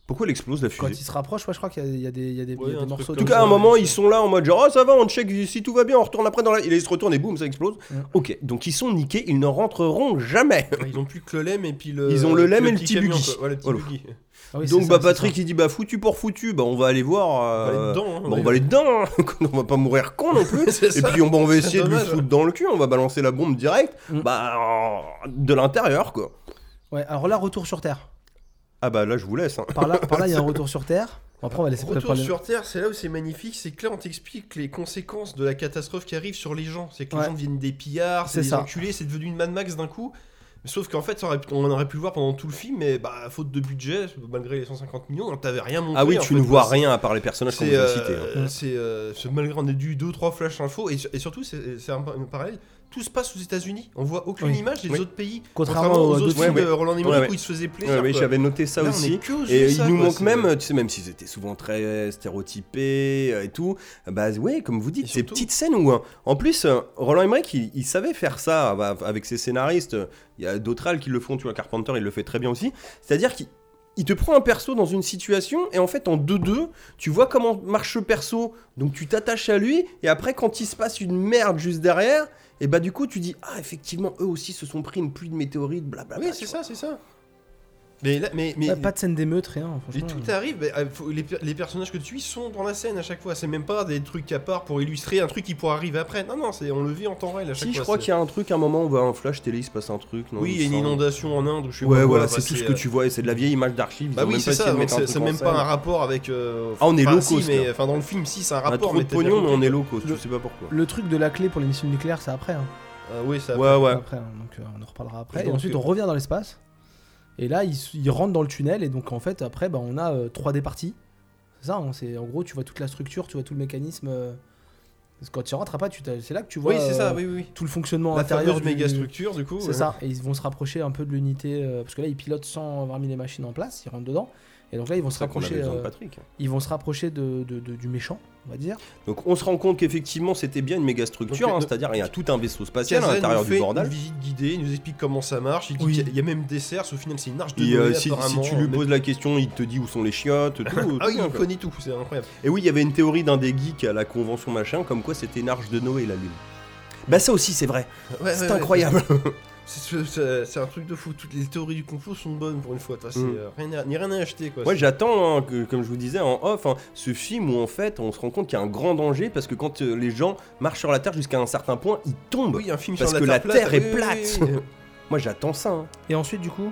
Pourquoi elle explose, la
Quand
fusée
ils se rapprochent, ouais, je crois qu'il y a- il y a des, il y a des, il y a
Ouais,
des
un truc
morceaux.
En tout
de-
cas, à un moment, ils sont là en mode genre, ah, ça va, on check si tout va bien, on retourne après dans la. Et là, ils se retournent et boum, ça explose.
Mm.
Ok, donc ils sont niqués, ils n'en rentreront jamais.
c'est- Ils ont plus que le lemme et puis le.
Ils ont le lemme et le petit
camion,
buggy.
quoi. Voilà, le petit
Voilà.
buggy.
Ah oui, c'est
donc,
ça,
bah,
c'est
Patrick,
ça.
il dit, bah, foutu pour foutu, bah, on va aller
On
voir. euh,
va aller dedans. hein.
bah, on va aller dedans, hein, on va pas mourir con non plus.
C'est
Et
ça.
puis on, on va essayer de lui
dommage.
foutre dans le cul, on va balancer la bombe direct,
Mm.
bah euh, de l'intérieur quoi.
Ouais, alors là, retour sur Terre.
Ah bah là je vous laisse. hein.
Par là, par là, il y a un retour sur Terre. Après, on va laisser le
Retour
problème.
sur Terre, c'est là où c'est magnifique, c'est que là on t'explique les conséquences de la catastrophe qui arrive sur les gens. C'est que
Ouais.
les gens deviennent des pillards,
C'est
c'est des
ça.
enculés, c'est devenu une Mad Max d'un coup. Sauf qu'en fait, ça aurait- on aurait pu le voir pendant tout le film, mais bah, faute de budget, malgré les 150 millions, on t'avait rien montré.
Ah oui,
en
tu
fait,
ne
quoi.
vois
C'est-
rien à part les personnages qu'on
C'est
vous a
euh,
cités. hein.
hein.
c'est, euh, c'est- malgré on a dû deux trois flash info et, et surtout c'est c'est un, un parallèle. Tout se passe aux États-Unis. On voit aucune
Oui.
image des
Oui.
autres pays.
Contrairement aux
aux
autres
autres films
films.
de Roland Emmerich
Ouais, ouais.
où ils se faisaient plaisir.
Ouais, oui,
quoi.
j'avais noté ça
Là, on
aussi.
est que aux
Et
USA,
il nous
quoi, Bah
manque
c'est-
même, tu sais, même s'ils étaient souvent très stéréotypés euh, et tout, bah ouais, comme vous dites,
Et
ces
surtout-
petites scènes où, hein, en plus, euh, Roland Emmerich, il, il savait faire ça bah, avec ses scénaristes. euh, Il y a d'autres halles qui le font, tu vois, Carpenter, il le fait très bien aussi. C'est-à-dire qu'il il te prend un perso dans une situation et en fait, en 2-2, tu vois comment marche le perso, donc tu t'attaches à lui, et après, quand il se passe une merde juste derrière, et bah du coup, tu dis, ah, effectivement, eux aussi se sont pris une pluie de météorites, blablabla.
Oui,
tu
c'est ça, c'est ça. Mais, là, mais, mais
Ouais, pas de scène d'émeute, rien.
Et
Franchement.
tout arrive, bah, euh, faut- les, per- les personnages que tu suis sont dans la scène à chaque fois. C'est même pas des trucs à part pour illustrer un truc qui pourrait arriver après. Non, non, c'est on le vit en temps réel à chaque
Si, je
fois.
crois
c'est-
qu'il y a un truc, à un moment, on voit un flash télé, il se passe un truc. non,
Oui, il y a
me
une
semble.
inondation en Inde ou je sais pas
Ouais,
quoi,
voilà,
bah,
c'est tout ce que tu vois, et c'est de la vieille image d'archive. ils
Bah
ont
oui,
même pas
c'est
essayé
ça,
de
donc
mettre un
c'est
truc
c'est
en
même
scène.
pas un rapport avec. euh,
Ah, on est
enfin,
low
si,
cost,
mais
là.
enfin dans le film, si, c'est un
On a
rapport.
trop
mais
de
t'as bien
pognon, mais on
compris.
est low cost, je
Le-
sais pas pourquoi.
Le truc de la clé pour les missions nucléaires, c'est après. hein.
Ah oui, ça.
Ouais, ouais.
Après, hein, donc euh, on en reparlera après.
Donc,
et ensuite,
euh,
on revient dans l'espace. Et là, ils, s- ils rentrent dans le tunnel. Et donc, en fait, après, bah, on a euh, 3D parties. C'est ça, hein, c'est en gros, tu vois toute la structure, tu vois tout le mécanisme. euh, Parce que quand tu rentres pas, tu t'as- c'est là que tu vois
Oui, c'est
euh,
ça, oui, oui.
tout le fonctionnement
La
intérieur.
fameuse
du-
méga structure, du coup.
C'est
ouais.
ça. Et ils vont se rapprocher un peu de l'unité. euh, parce que là, ils pilotent sans avoir mis les machines en place. Ils rentrent dedans. Et donc là, ils vont se
C'est pour ça qu'on
rapprocher.
avait besoin de
euh,
Patrick.
ils vont se rapprocher de, de- de- du méchant, on va dire.
Donc on se rend compte qu'effectivement c'était bien une méga structure,
Donc,
hein,
le-
c'est-à-dire il y a tout un vaisseau spatial à
Kazan
l'intérieur
nous
du
fait
bordel.
une visite guidée, il nous explique comment ça marche, il dit
Oui.
qu'il y a- il y a même des cerfs, au final c'est une arche de
Et euh,
Noé
si, si
apparemment.
tu lui poses la question, il te dit où sont les chiottes, tout. tout,
Ah oui,
hein,
il
quoi.
connaît tout, c'est incroyable.
Et oui, il y avait une théorie d'un des geeks à la convention machin, comme quoi c'était une arche de Noé la lune. Bah ça aussi c'est vrai,
Ouais,
c'est
ouais, ouais.
incroyable.
C'est- C'est c'est un truc de fou. Toutes les théories du complot sont bonnes pour une fois. Toi, c'est
Mm.
euh, rien, à- ni rien à acheter quoi.
Moi j'attends, hein, que- comme je vous disais en off, hein, ce film où en fait on se rend compte qu'il y a un grand danger parce que quand euh, les gens marchent sur la Terre jusqu'à un certain point, ils
C'est-
tombent.
oui, un film
parce
sur
que la
Terre plate.
Terre est
Oui, oui,
plate.
oui, oui.
Moi j'attends ça. hein.
Et ensuite, du coup,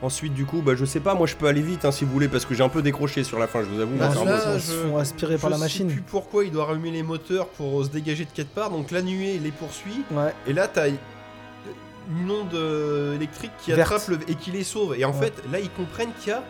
Ensuite du coup, bah je sais pas, moi je peux aller vite hein, si vous voulez parce que j'ai un peu décroché sur la fin, je vous avoue.
Bah,
hein,
on
c'est un
là,
peu-
se- on se
je-
font aspirer par
Je
la
sais
machine.
plus pourquoi il doit rallumer les moteurs pour euh, se dégager de quelque part. Donc la nuée les poursuit.
Ouais.
Et là, t'as une onde euh, électrique qui
Verte.
attrape le- et qui les sauve. Et en
Ouais.
fait, là, ils comprennent qu'il y a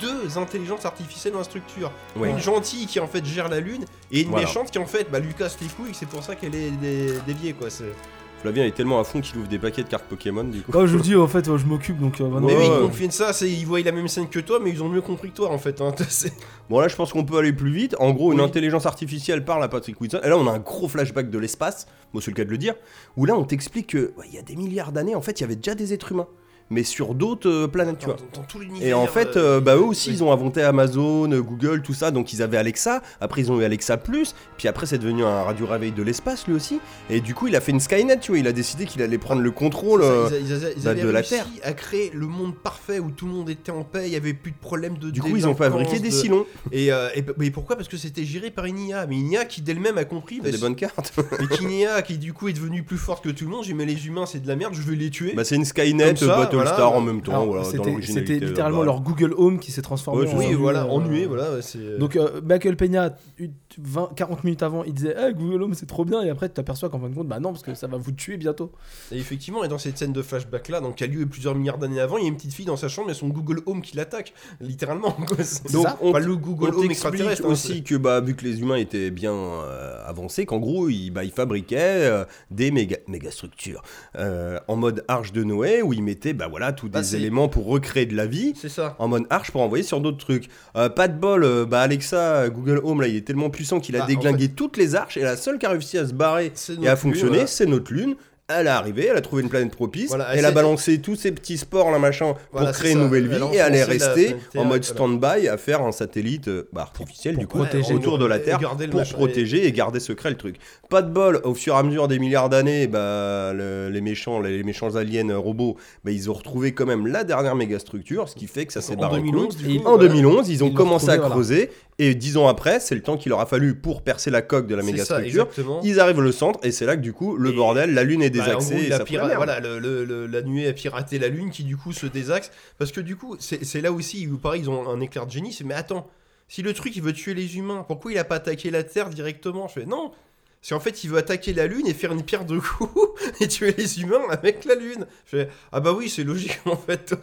deux intelligences artificielles dans la structure.
Ouais.
Une gentille qui en fait gère la lune et une
Voilà.
méchante qui en fait bah, lui casse les couilles. C'est pour ça qu'elle est dé- déviée quoi. c'est-
Ah,
Flavien est tellement à fond qu'il ouvre des paquets de cartes Pokémon du coup.
Comme Bah, je vous dis, en fait, euh, je m'occupe donc. euh,
maintenant-
Mais
Ouais,
oui, ils
ouais.
confinent ça, c'est ils voient la même scène que toi, mais ils ont mieux compris que toi en fait. hein. C'est-
Bon là je pense qu'on peut aller plus vite. En gros une
Oui.
intelligence artificielle parle à Patrick Wilson. Et là on a un gros flashback de l'espace, bon c'est le cas de le dire, où là on t'explique que ouais, il y a des milliards d'années en fait il y avait déjà des êtres humains. Mais sur d'autres euh, planètes tu vois.
Dans- dans tout l'univers,
Et en fait,
euh,
euh, bah eux aussi,
oui.
ils ont inventé Amazon, euh, Google, tout ça. Donc ils avaient Alexa. Après, ils ont eu Alexa Plus. Puis après, c'est devenu un radio réveil de l'espace, lui aussi. Et du coup, il a fait une Skynet, tu vois. Il a décidé qu'il allait prendre le contrôle.
C'est ça,
euh,
ils a- ils a- ils
bah,
avaient
de la
réussi
Terre.
à créer le monde parfait où tout le monde était en paix, il n'y avait plus de problème de
Du coup, ils ont fabriqué des
délinquance, de-
silons.
Et, euh, et p- mais pourquoi Parce que c'était géré par une IA, mais une IA qui d'elle-même a compris bah,
Des bonnes cartes.
c'est- mais qu'une IA qui du coup est devenue plus forte que tout le monde, j'ai mais les humains c'est de la merde, je vais les tuer.
bah, c'est une Skynet
Comme ça,
Battlestar
voilà.
en même temps.
Alors,
voilà, dans
c'était
l'originalité,
c'était littéralement
bah,
leur Google Home qui s'est transformé
Ouais, c'est
en.
oui,
euh,
voilà,
euh,
ennué, voilà, ouais, c'est
Donc euh, Michael Peña, une- 20, 40 minutes avant, il disait Eh, Google Home c'est trop bien et après tu t'aperçois qu'en fin de compte bah non parce que ça va vous tuer bientôt.
Et effectivement, et dans cette scène de flashback là, donc qui a lieu plusieurs milliards d'années avant, il y a une petite fille dans sa chambre et son Google Home qui l'attaque, littéralement. quoi. C'est-
Donc,
c'est
on
pas
t-
le Google
on
Home
t'explique
extraterrestre hein,
aussi que bah, vu que les humains étaient bien euh, avancés, qu'en gros ils, bah, ils fabriquaient euh, des méga, méga structures euh, en mode arche de Noé où ils mettaient bah, voilà, tous
Bah,
des
c'est-
éléments pour recréer de la vie.
c'est- C'est ça.
En mode arche pour envoyer sur d'autres trucs. Euh, pas de bol, euh, bah Alexa, euh, Google Home, là, il est tellement puissant qu'il a
Bah, en
déglingué toutes les arches et la seule qui a réussi à se barrer
C'est
et à
notre
fonctionner,
lieu,
c'est notre lune. Elle est arrivée, elle a trouvé une planète propice,
Voilà,
elle,
elle
a
s'est-
balancé tous ses petits sports là machin
Voilà,
pour créer
c'est
une
ça.
nouvelle
Elle
vie
a
et elle est
enfoncé la
restée
planète Terre,
en mode
voilà.
stand-by à faire un satellite euh, bah, artificiel du coup
voilà.
protéger.
autour de la
Et
Terre
garder le
pour
machin.
protéger et garder secret le truc. Pas de bol, au fur et à mesure des milliards d'années, bah, le- les méchants, les, les méchants aliens euh, robots, bah, ils ont retrouvé quand même la dernière méga structure, ce qui fait que ça s'est
en
barré. en
2011,
couille.
du
Et
coup,
En
voilà.
2011, ils
Ils
ont
l'ont
commencé à
retrouvé, voilà.
creuser et dix ans après, c'est le temps qu'il leur a fallu pour percer la coque de la
C'est
méga
ça,
structure.
exactement.
Ils arrivent au centre et c'est là que du coup le
Et-
bordel, la lune est
Bah, en
désaxée
gros,
et
il a
ça fout la
pira-
merde.
voilà, le- le- le- la nuée a piraté la lune qui du coup se désaxe. Parce que du coup, c'est c'est là aussi où pareil, ils ont un éclair de génie. C'est mais attends, si le truc il veut tuer les humains, pourquoi il a pas attaqué la Terre directement Je fais non c'est en fait, il veut attaquer la Lune et faire une pierre de coups et tuer les humains avec la Lune. Je fais, ah bah oui, c'est logique en fait.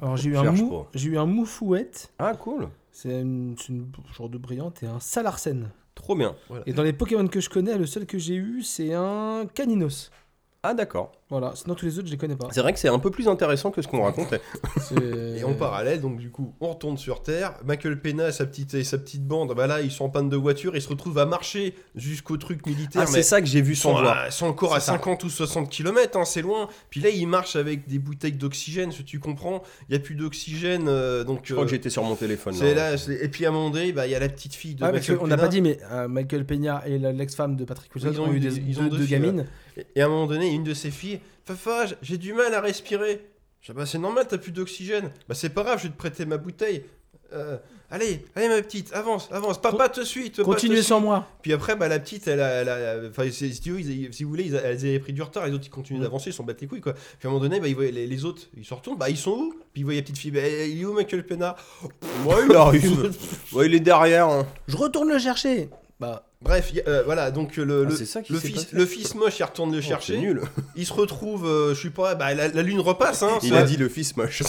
Alors j'ai eu
Je
un
cherche
mou,
pas.
j'ai eu un moufouette,
Ah cool,
c'est une, c'est une genre de brillante et un Salarsen.
trop bien.
Et dans les Pokémon que je connais, le seul que j'ai eu c'est un Caninos.
Ah d'accord.
Voilà, sinon tous les autres je les connais pas.
C'est vrai que c'est un peu plus intéressant que ce qu'on racontait.
C'est-
Et
euh,
en parallèle, donc du coup, on retourne sur Terre. Michael Pena et sa petite, et sa petite bande, bah là, ils sont en panne de voiture, ils se retrouvent à marcher jusqu'au truc militaire.
Ah,
mais
c'est ça que j'ai vu
ils sont,
sans voir.
à- ils sont encore
C'est
à
ça.
50 ou 60 km, c'est loin. Puis là, ils marchent avec des bouteilles d'oxygène, ce que tu comprends. Il n'y a plus d'oxygène, euh, donc.
Je crois
euh,
que j'étais sur mon téléphone.
c'est là, c'est- et puis à un moment donné, bah, il y a la petite fille de
Ouais, parce
Michael
qu'on n'a pas
Pena.
dit, mais euh, Michael Peña et la- l'ex-femme de Patrick Wilson
Ils
ont, eu des,
ils ont
deux,
deux
deux
filles,
gamines.
Et à un moment donné, une de ses filles, Fafa, j'ai du mal à respirer. Je Je dis, bah c'est normal, t'as plus d'oxygène. Bah c'est pas grave, je vais te prêter ma bouteille. Euh, allez, allez ma petite, avance, avance. Papa te suit. te-
Continuez
pas te
sans moi.
suit. Puis après, bah la petite, elle, a- elle a- enfin c'est- si, tu veux, ils- si vous voulez, ils a- elles avaient pris du retard. Les autres ils continuent
Mm.
d'avancer, ils s'en battent les couilles quoi. Puis à un moment donné, bah ils voient les, les autres, ils se retournent, bah ils sont où Puis ils voient la petite fille, bah, il est où Michael Pena
Ouais, Ah, il arrive. ouais, il est derrière. hein.
Je retourne le chercher. Bah,
Bref, y a- euh, voilà donc euh, le
Ah,
le-
c'est ça qui
le
s'est
fils,
passé.
le fils moche, il retourne le
Oh,
chercher.
c'est nul.
Il se retrouve, euh, je suis pas, bah, la, la lune repasse. Hein,
Il
ça-
a dit le fils moche.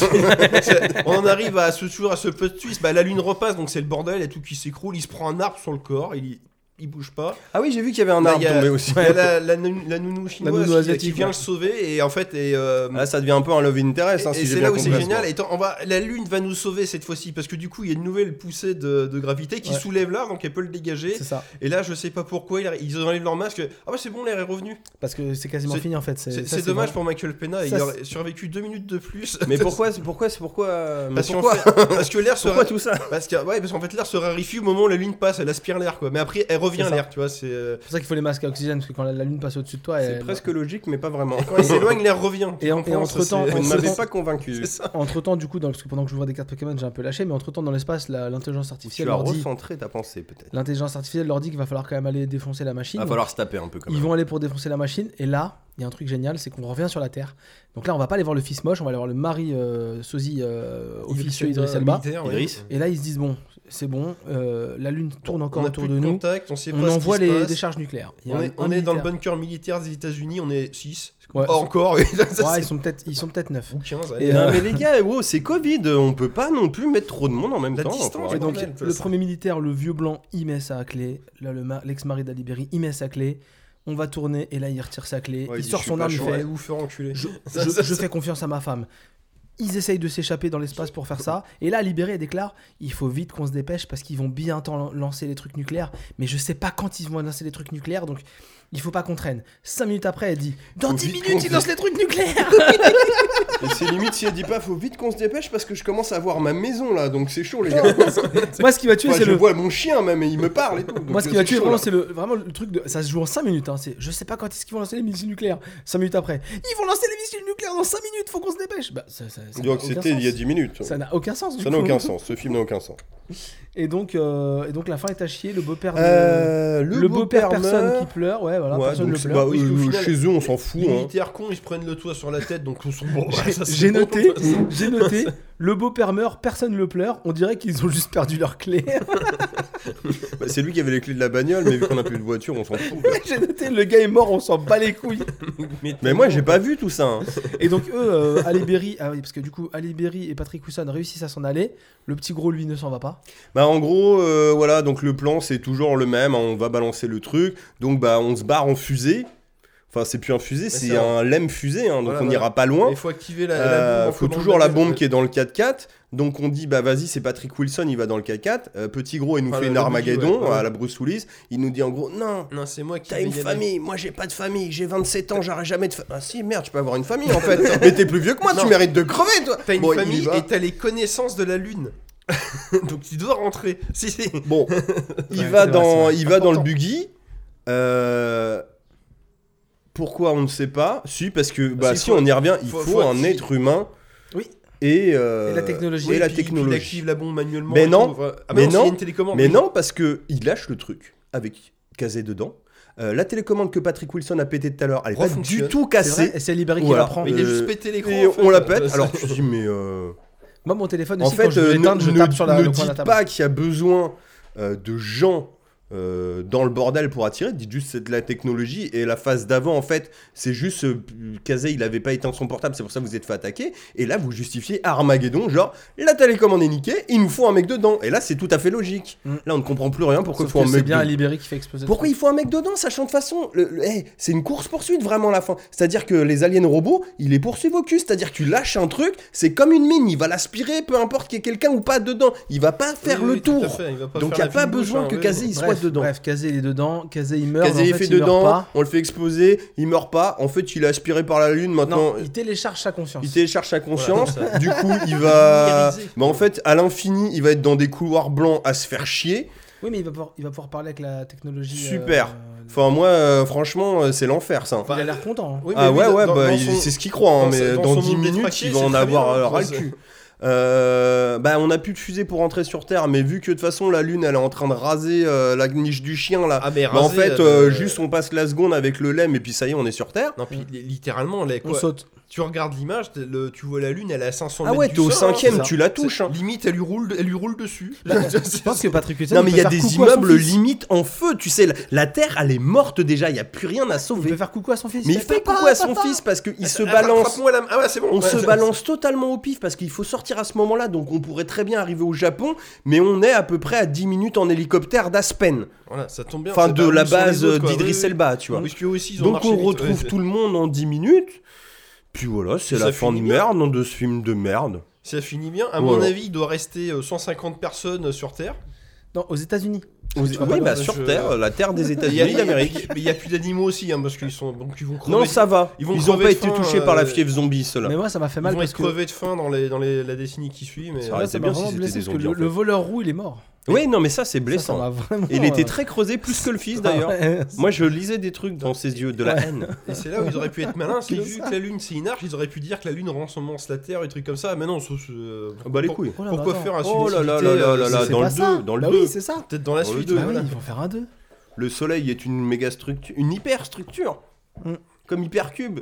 C'est- on en arrive à ce, toujours à ce plot twist. Bah, la lune repasse, donc c'est le bordel et tout qui s'écroule. Il se prend un arbre sur le corps, il, il bouge pas.
ah oui, j'ai vu qu'il y avait un
Là,
arbre
il y a-
tombé aussi.
Il y a la, la, nou- la nounou chinoise
nounou
qui- qui,
asiatique,
vient
ouais.
le sauver et en fait. Et, euh,
Là, Ah, ça devient un peu un love interest, hein,
et-
si
et
j'ai
c'est
bien
là où c'est
compris.
génial. Et on va, la lune va nous sauver cette fois-ci parce que du coup il y a une nouvelle poussée de, de gravité qui
Ouais.
soulève l'arbre donc elle peut le dégager.
c'est ça.
Et là je sais pas pourquoi ils- ils enlèvent leur masque. Ah bah c'est bon l'air est revenu.
Parce que c'est quasiment
C'est-
fini en fait.
C'est
ça,
c'est dommage
vraiment-
pour Michael Pena.
Ça,
il aurait survécu deux minutes de plus.
Mais pourquoi, c'est- pourquoi, c'est pourquoi, euh, mais
Parce, qu'en
pourquoi,
Bah, fait- parce que l'air
pourquoi
sera
tout ça
Parce que, ouais, parce qu'en fait l'air se raréfie au moment où la lune passe, elle aspire l'air quoi. Mais après elle revient
C'est ça.
l'air, tu vois. C'est euh,
C'est pour ça qu'il faut les masques à oxygène parce que quand la, la lune passe au-dessus de toi,
C'est
elle-
presque logique, mais pas vraiment.
bah. quand elle s'éloigne, l'air revient. tu
Et en-
comprends,
et
ça,
entre-temps,
c'est-
Vous ne
c'est-
m'avez
c'est-
pas
c'est
convaincu.
ça.
Entre temps, du coup, dans- parce que pendant que je vois des cartes Pokémon, j'ai un peu lâché, mais entre temps, dans l'espace, la- l'intelligence
Tu
artificielle
vas
leur dit.
recentrer ta pensée, peut-être.
L'intelligence artificielle leur dit qu'il va falloir quand même aller défoncer la machine.
Ah,
Va falloir se taper un peu quand
Ils
même.
vont aller pour défoncer la machine, et là, il y a un truc génial, c'est qu'on revient sur la Terre. Donc là, on va pas aller voir le fils moche, on va aller voir le mari euh, sosie euh, officieux Idriss Elba.
Militaire, ouais.
Idriss.
Et là, ils se disent bon, c'est bon, euh, la Lune tourne encore
on a
autour
plus
de nous.
Contact, on sait pas
On
ce qui
envoie
se
les
passe.
décharges nucléaires. Il y a
On
un-
est,
un
on est dans le
militaire.
bunker militaire des États-Unis, on est 6.
Ouais.
encore,
Ouais,
ça,
ils
c'est-
sont peut-être, ils sont peut-être neuf.
ou 15.
Et,
allez.
euh,
Non, mais les gars, wow, c'est Covid, on peut pas non plus mettre trop de monde en même
La
temps. hein,
distance,
faut arrêter.
Et donc,
bordel,
le
ça.
premier militaire, le vieux blanc, il met sa clé. Là, le ma- l'ex-mari d'Alibéry, il met sa clé. On va tourner et là, il retire sa clé.
Ouais, il
il
dit,
sort
je suis
son
pas
arme, il
chaud,
Je vais
fait
vous faire enculer.
je,
Ça,
je-
ça,
je
ça.
fais confiance à ma femme. Ils essayent de s'échapper dans l'espace pour faire ça. Et là, Libéré déclare il faut vite qu'on se dépêche parce qu'ils vont bientôt lan- lancer les trucs nucléaires. Mais je sais pas quand ils vont lancer les trucs nucléaires, donc il faut pas qu'on traîne. Cinq minutes après, elle dit dans
Faut
10
vite
minutes,
qu'on
ils
se-
lancent les trucs nucléaires
Et c'est limite si elle dit pas, faut vite qu'on se dépêche parce que je commence à voir ma maison là, donc c'est chaud les gars.
Moi, ce qui va tuer,
Enfin,
c'est
je
le.
vois mon chien même et il me parle et tout. donc
Moi, ce qui
c'est
va tuer,
chaud,
vraiment,
là.
c'est le, vraiment le truc de. Ça se joue en 5 minutes. Hein. C'est, je sais pas quand est-ce qu'ils vont lancer les missiles nucléaires. 5 minutes après. Ils vont lancer les missiles nucléaires dans 5 minutes, faut qu'on se dépêche. Bah, ça, ça, ça
On
n'a
dirait que
aucun
c'était il y a
sens.
10 minutes.
Ça n'a aucun sens. du
Ça n'a
coup.
aucun sens, ce film n'a aucun sens.
Et donc, euh, et donc la fin est à chier. Le beau-père. de-
Euh,
Le, beau-père, personne
meurt.
qui pleure. Ouais, voilà,
Ouais,
personne
donc
ne
c'est-
pleure.
bah,
oui, parce qu'au
euh,
final,
chez eux, on s'en fout.
Les
hein.
militaires cons, ils se prennent le toit sur la tête, donc on s'en bon, ouais, ça, c'est
J'ai
bon,
noté,
ça, c'est-
j'ai noté, le beau-père meurt, personne ne le pleure, on dirait qu'ils ont juste perdu leur clé.
Bah, c'est lui qui avait les clés de la bagnole, mais vu qu'on a plus de voiture, on s'en fout.
j'ai noté, le gars est mort, on s'en bat les couilles.
Mais moi, j'ai pas vu tout ça. hein.
Et donc eux, euh, Ali Berry, ah oui, parce que du coup, Ali Berry et Patrick Housson réussissent à s'en aller, le petit gros, lui, ne s'en va pas.
Bah en gros, euh, voilà, donc le plan c'est toujours le même, hein, on va balancer le truc, donc bah on se barre en fusée. Enfin c'est plus un fusée,
c'est
c'est
un-
un lemme fusée, hein, donc
Voilà,
on
voilà.
n'ira pas loin.
Il faut activer la, la
Euh,
bombe. en
faut
commande
toujours la
laser,
bombe
ouais.
qui est dans le 4x4. Donc on dit bah vas-y c'est Patrick Wilson, il va dans le 4x4. Euh, petit gros il nous
Enfin,
fait
le-
une
le
Armageddon
petit, ouais, ouais.
à la Bruce Willis. Il nous dit en gros non,
Non, c'est moi qui
t'as
vais
une
y aller.
famille, moi j'ai pas de famille, j'ai 27 ans, j'aurai jamais de famille. Ah si merde, tu peux avoir une famille en fait. Mais t'es plus vieux que moi, tu
Non.
mérites de crever toi.
T'as une
Bon, il y
famille bah.
va.
et t'as les connaissances de la lune. Donc tu dois rentrer. Si, si.
Bon, il
Ouais, c'est
va
vrai, c'est
dans,
vrai.
il va dans le
Important.
buggy. Euh, Pourquoi on ne sait pas Si parce que bah
si,
si
faut-
on y revient, il
faut-
faut,
faut
un
activer.
être humain.
Oui.
Et, euh,
Et la technologie.
et
Oui,
la
puis- puis Il
technologie.
active la bombe manuellement.
Mais
et
non.
tout. Ah,
Mais
mais non, c'est
non.
une télécommande.
Mais non parce que il lâche le truc avec casé dedans. Euh, la télécommande que Patrick Wilson a pété tout à l'heure, elle est pas
Refonctionne.
du tout
C'est vrai,
cassée.
et c'est Ali Berry qui
Voilà.
la prend.
Mais il a
Euh,
juste pété l'écran.
Et
en fait.
on la
Euh,
pète.
ça-
Alors tu te dis mais euh,
Moi, mon téléphone
en
aussi,
fait
quand je
euh,
veux
ne,
l'éteindre, je
ne-
tape sur la,
ne
le coin de la
dites
table.
pas qu'il y a besoin euh, de gens euh, dans le bordel pour attirer. Dites juste c'est de la technologie et la phase d'avant en fait c'est juste euh, Kazé il avait pas éteint son portable c'est pour ça que vous êtes fait attaquer et là vous justifiez Armageddon genre la télécommande est niquée il nous faut un mec dedans et là c'est tout à fait logique.
Mm.
Là on ne comprend plus rien pourquoi
Sauf
faut
que
un
c'est
mec
bien
dedans.
Ali Berry qui fait exploser. le
Pourquoi il faut un mec dedans, sachant de façon, le- le- hey, c'est une course poursuite vraiment à la fin. C'est-à-dire que les aliens robots, il les poursuivent au cul. C'est-à-dire que tu lâches un truc, c'est comme une mine, il va l'aspirer, peu importe qu'il y ait quelqu'un ou pas dedans. Il va pas faire
Oui,
le
oui, tout à
tour.
fait, il va pas
Donc il
faire
y a
la
pas
fine bouche,
besoin
hein,
que
oui.
Kazé il soit
Bref,
dedans.
Bref, Kazé il est dedans, Kazé il meurt. mais
Kazé
en
est
fait,
fait
il meurt
dedans,
pas.
on le fait exploser, il meurt pas. En fait, il est aspiré par la lune maintenant.
Non, il télécharge sa conscience.
Il télécharge sa conscience,
Voilà,
du coup il va.
Vulgarisé.
Bah en fait, à l'infini, il va être dans des couloirs blancs à se faire chier.
Oui, mais il va pouvoir, il va pouvoir parler avec la technologie.
Super.
euh,
Enfin, moi, euh, franchement, euh, c'est l'enfer, ça.
il a l'air content. hein.
Oui, mais
ah
lui,
ouais,
dans-
ouais,
dans-
bah,
dans
il-
son-
c'est ce qu'il croit, hein,
dans
mais
ce- dans
dans
son
10
monde
minutes,
détraqué,
il va
c'est
en
très
avoir
bien,
euh, ras le
dans
cul. Euh, bah, on a plus de fusée pour rentrer sur Terre, mais vu que de toute façon la Lune elle est en train de raser euh, la niche du chien là,
Ah, mais
bah, en
rasé,
fait,
euh,
euh, juste on passe la seconde avec le lemme et puis ça y est, on est sur Terre.
Non, puis li- littéralement, là,
On
quoi,
saute.
tu regardes l'image, t'es- le- tu vois la lune, elle est à 500
Ah
mètres
ouais,
du
t'es au
sol, hein,
cinquième,
c'est
tu la
ça.
touches. hein.
C'est- Limite, elle lui roule, elle lui roule dessus.
Je pense que Patrick Hudson.
Non, mais il y a
peut faire
des
coucou à son
immeubles
fils.
limite en feu, tu sais, la, la Terre elle est morte déjà, il y a plus rien à
Il peut
sauver.
faire coucou à son fils.
Mais il fait
Papa,
coucou à son
papa.
fils parce qu'il se
Ah,
balance.
frappe-moi la main. Ah ouais, c'est bon.
On
Ouais,
se
c'est-
balance totalement au pif parce qu'il faut sortir à ce moment-là, donc on pourrait très bien arriver au Japon, mais on est à peu près à 10 minutes en hélicoptère d'Aspen,
Voilà, ça tombe bien.
enfin
c'est
de
pas
la
où sont les
base
autres, quoi.
d'Idriss
Oui, oui.
Elba, tu vois.
Parce qu'eux aussi, ils ont
Donc
marché
on
vite,
retrouve
ouais.
tout le monde en 10 minutes, puis voilà, c'est
Ça
la fin de
finit bien.
merde hein, de ce film de merde.
Ça finit bien. À
Voilà.
mon avis, il doit rester euh, 150 personnes euh, sur Terre.
Non, aux États-Unis.
Oui,
vas pas dans
bah
le
sur
jeu.
Terre, la Terre des
Et il y a-
États-Unis d'Amérique.
Mais il n'y a plus d'animaux aussi, hein, parce qu'ils sont. Donc ils vont crever.
Non, ça va. Ils,
Ils vont
ont
crever
pas
de
été
faim,
touchés par la
euh,
fièvre zombie, ceux-là.
Mais moi, ça m'a fait
Ils
mal
vont
parce
être
que.
crevés de faim dans, les, dans les- la décennie qui suit. Mais
C'est
euh,
vrai.
Ouais,
C'était
ça m'a
Ah, bien si
vraiment
c'était
blessé
des
parce que
zombies,
le,
en fait.
le voleur roux, il est mort.
Oui, non, mais ça, c'est
Ça, ça
blessant.
m'a vraiment. euh,
Il
euh,
était très creusé, plus que le fils d'ailleurs. Moi, je lisais des trucs dans ses yeux, de la haine.
Et c'est là où ils auraient pu être malins, c'est
C'est
vu
ça.
que la Lune c'est inarche, ils auraient pu dire que la Lune rensemence la Terre et trucs comme ça. Mais non, sauf. euh,
Bah, les
pour-
couilles.
Pourquoi faire un
Oh là là
subtilité,
là là
euh,
là là,
c'est
dans
pas
le
ça.
2, dans le
Bah
2.
oui, c'est ça.
Peut-être dans la
Dans le Ah
suite.
deux,
Bah
mais
oui,
voilà.
ils vont faire un 2.
Le soleil est une méga structure, une hyperstructure.
Mm.
Comme hypercube.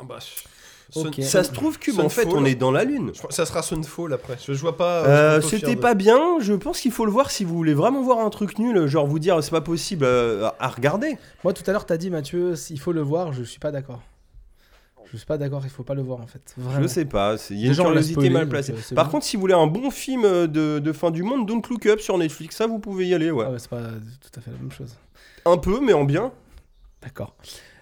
Ah bah,
Ok.
Sun-
Ça se trouve, cube, en
Sunfall.
fait, on est dans la lune.
Ah, je crois- ça sera Sunfall après. Je je vois pas.
Euh,
je suis
C'était
fier de-
pas bien, je pense qu'il faut le voir si vous voulez vraiment voir un truc nul, genre vous dire c'est pas possible euh, à regarder.
Moi, tout à l'heure, t'as dit, Mathieu, il faut le voir. Je suis pas d'accord. Je suis pas d'accord, il faut pas le voir en fait. Vraiment.
Je sais pas, c'est- il y a une
Déjà, on l'a
curiosité
spoilé,
mal
donc,
placée.
euh, c'est
Par
bon.
contre, si vous voulez un bon film euh, de, de fin du monde, Don't Look Up sur Netflix, ça vous pouvez y aller, ouais.
Ah ouais, c'est pas tout à fait la même chose.
Un peu, mais en bien.
D'accord.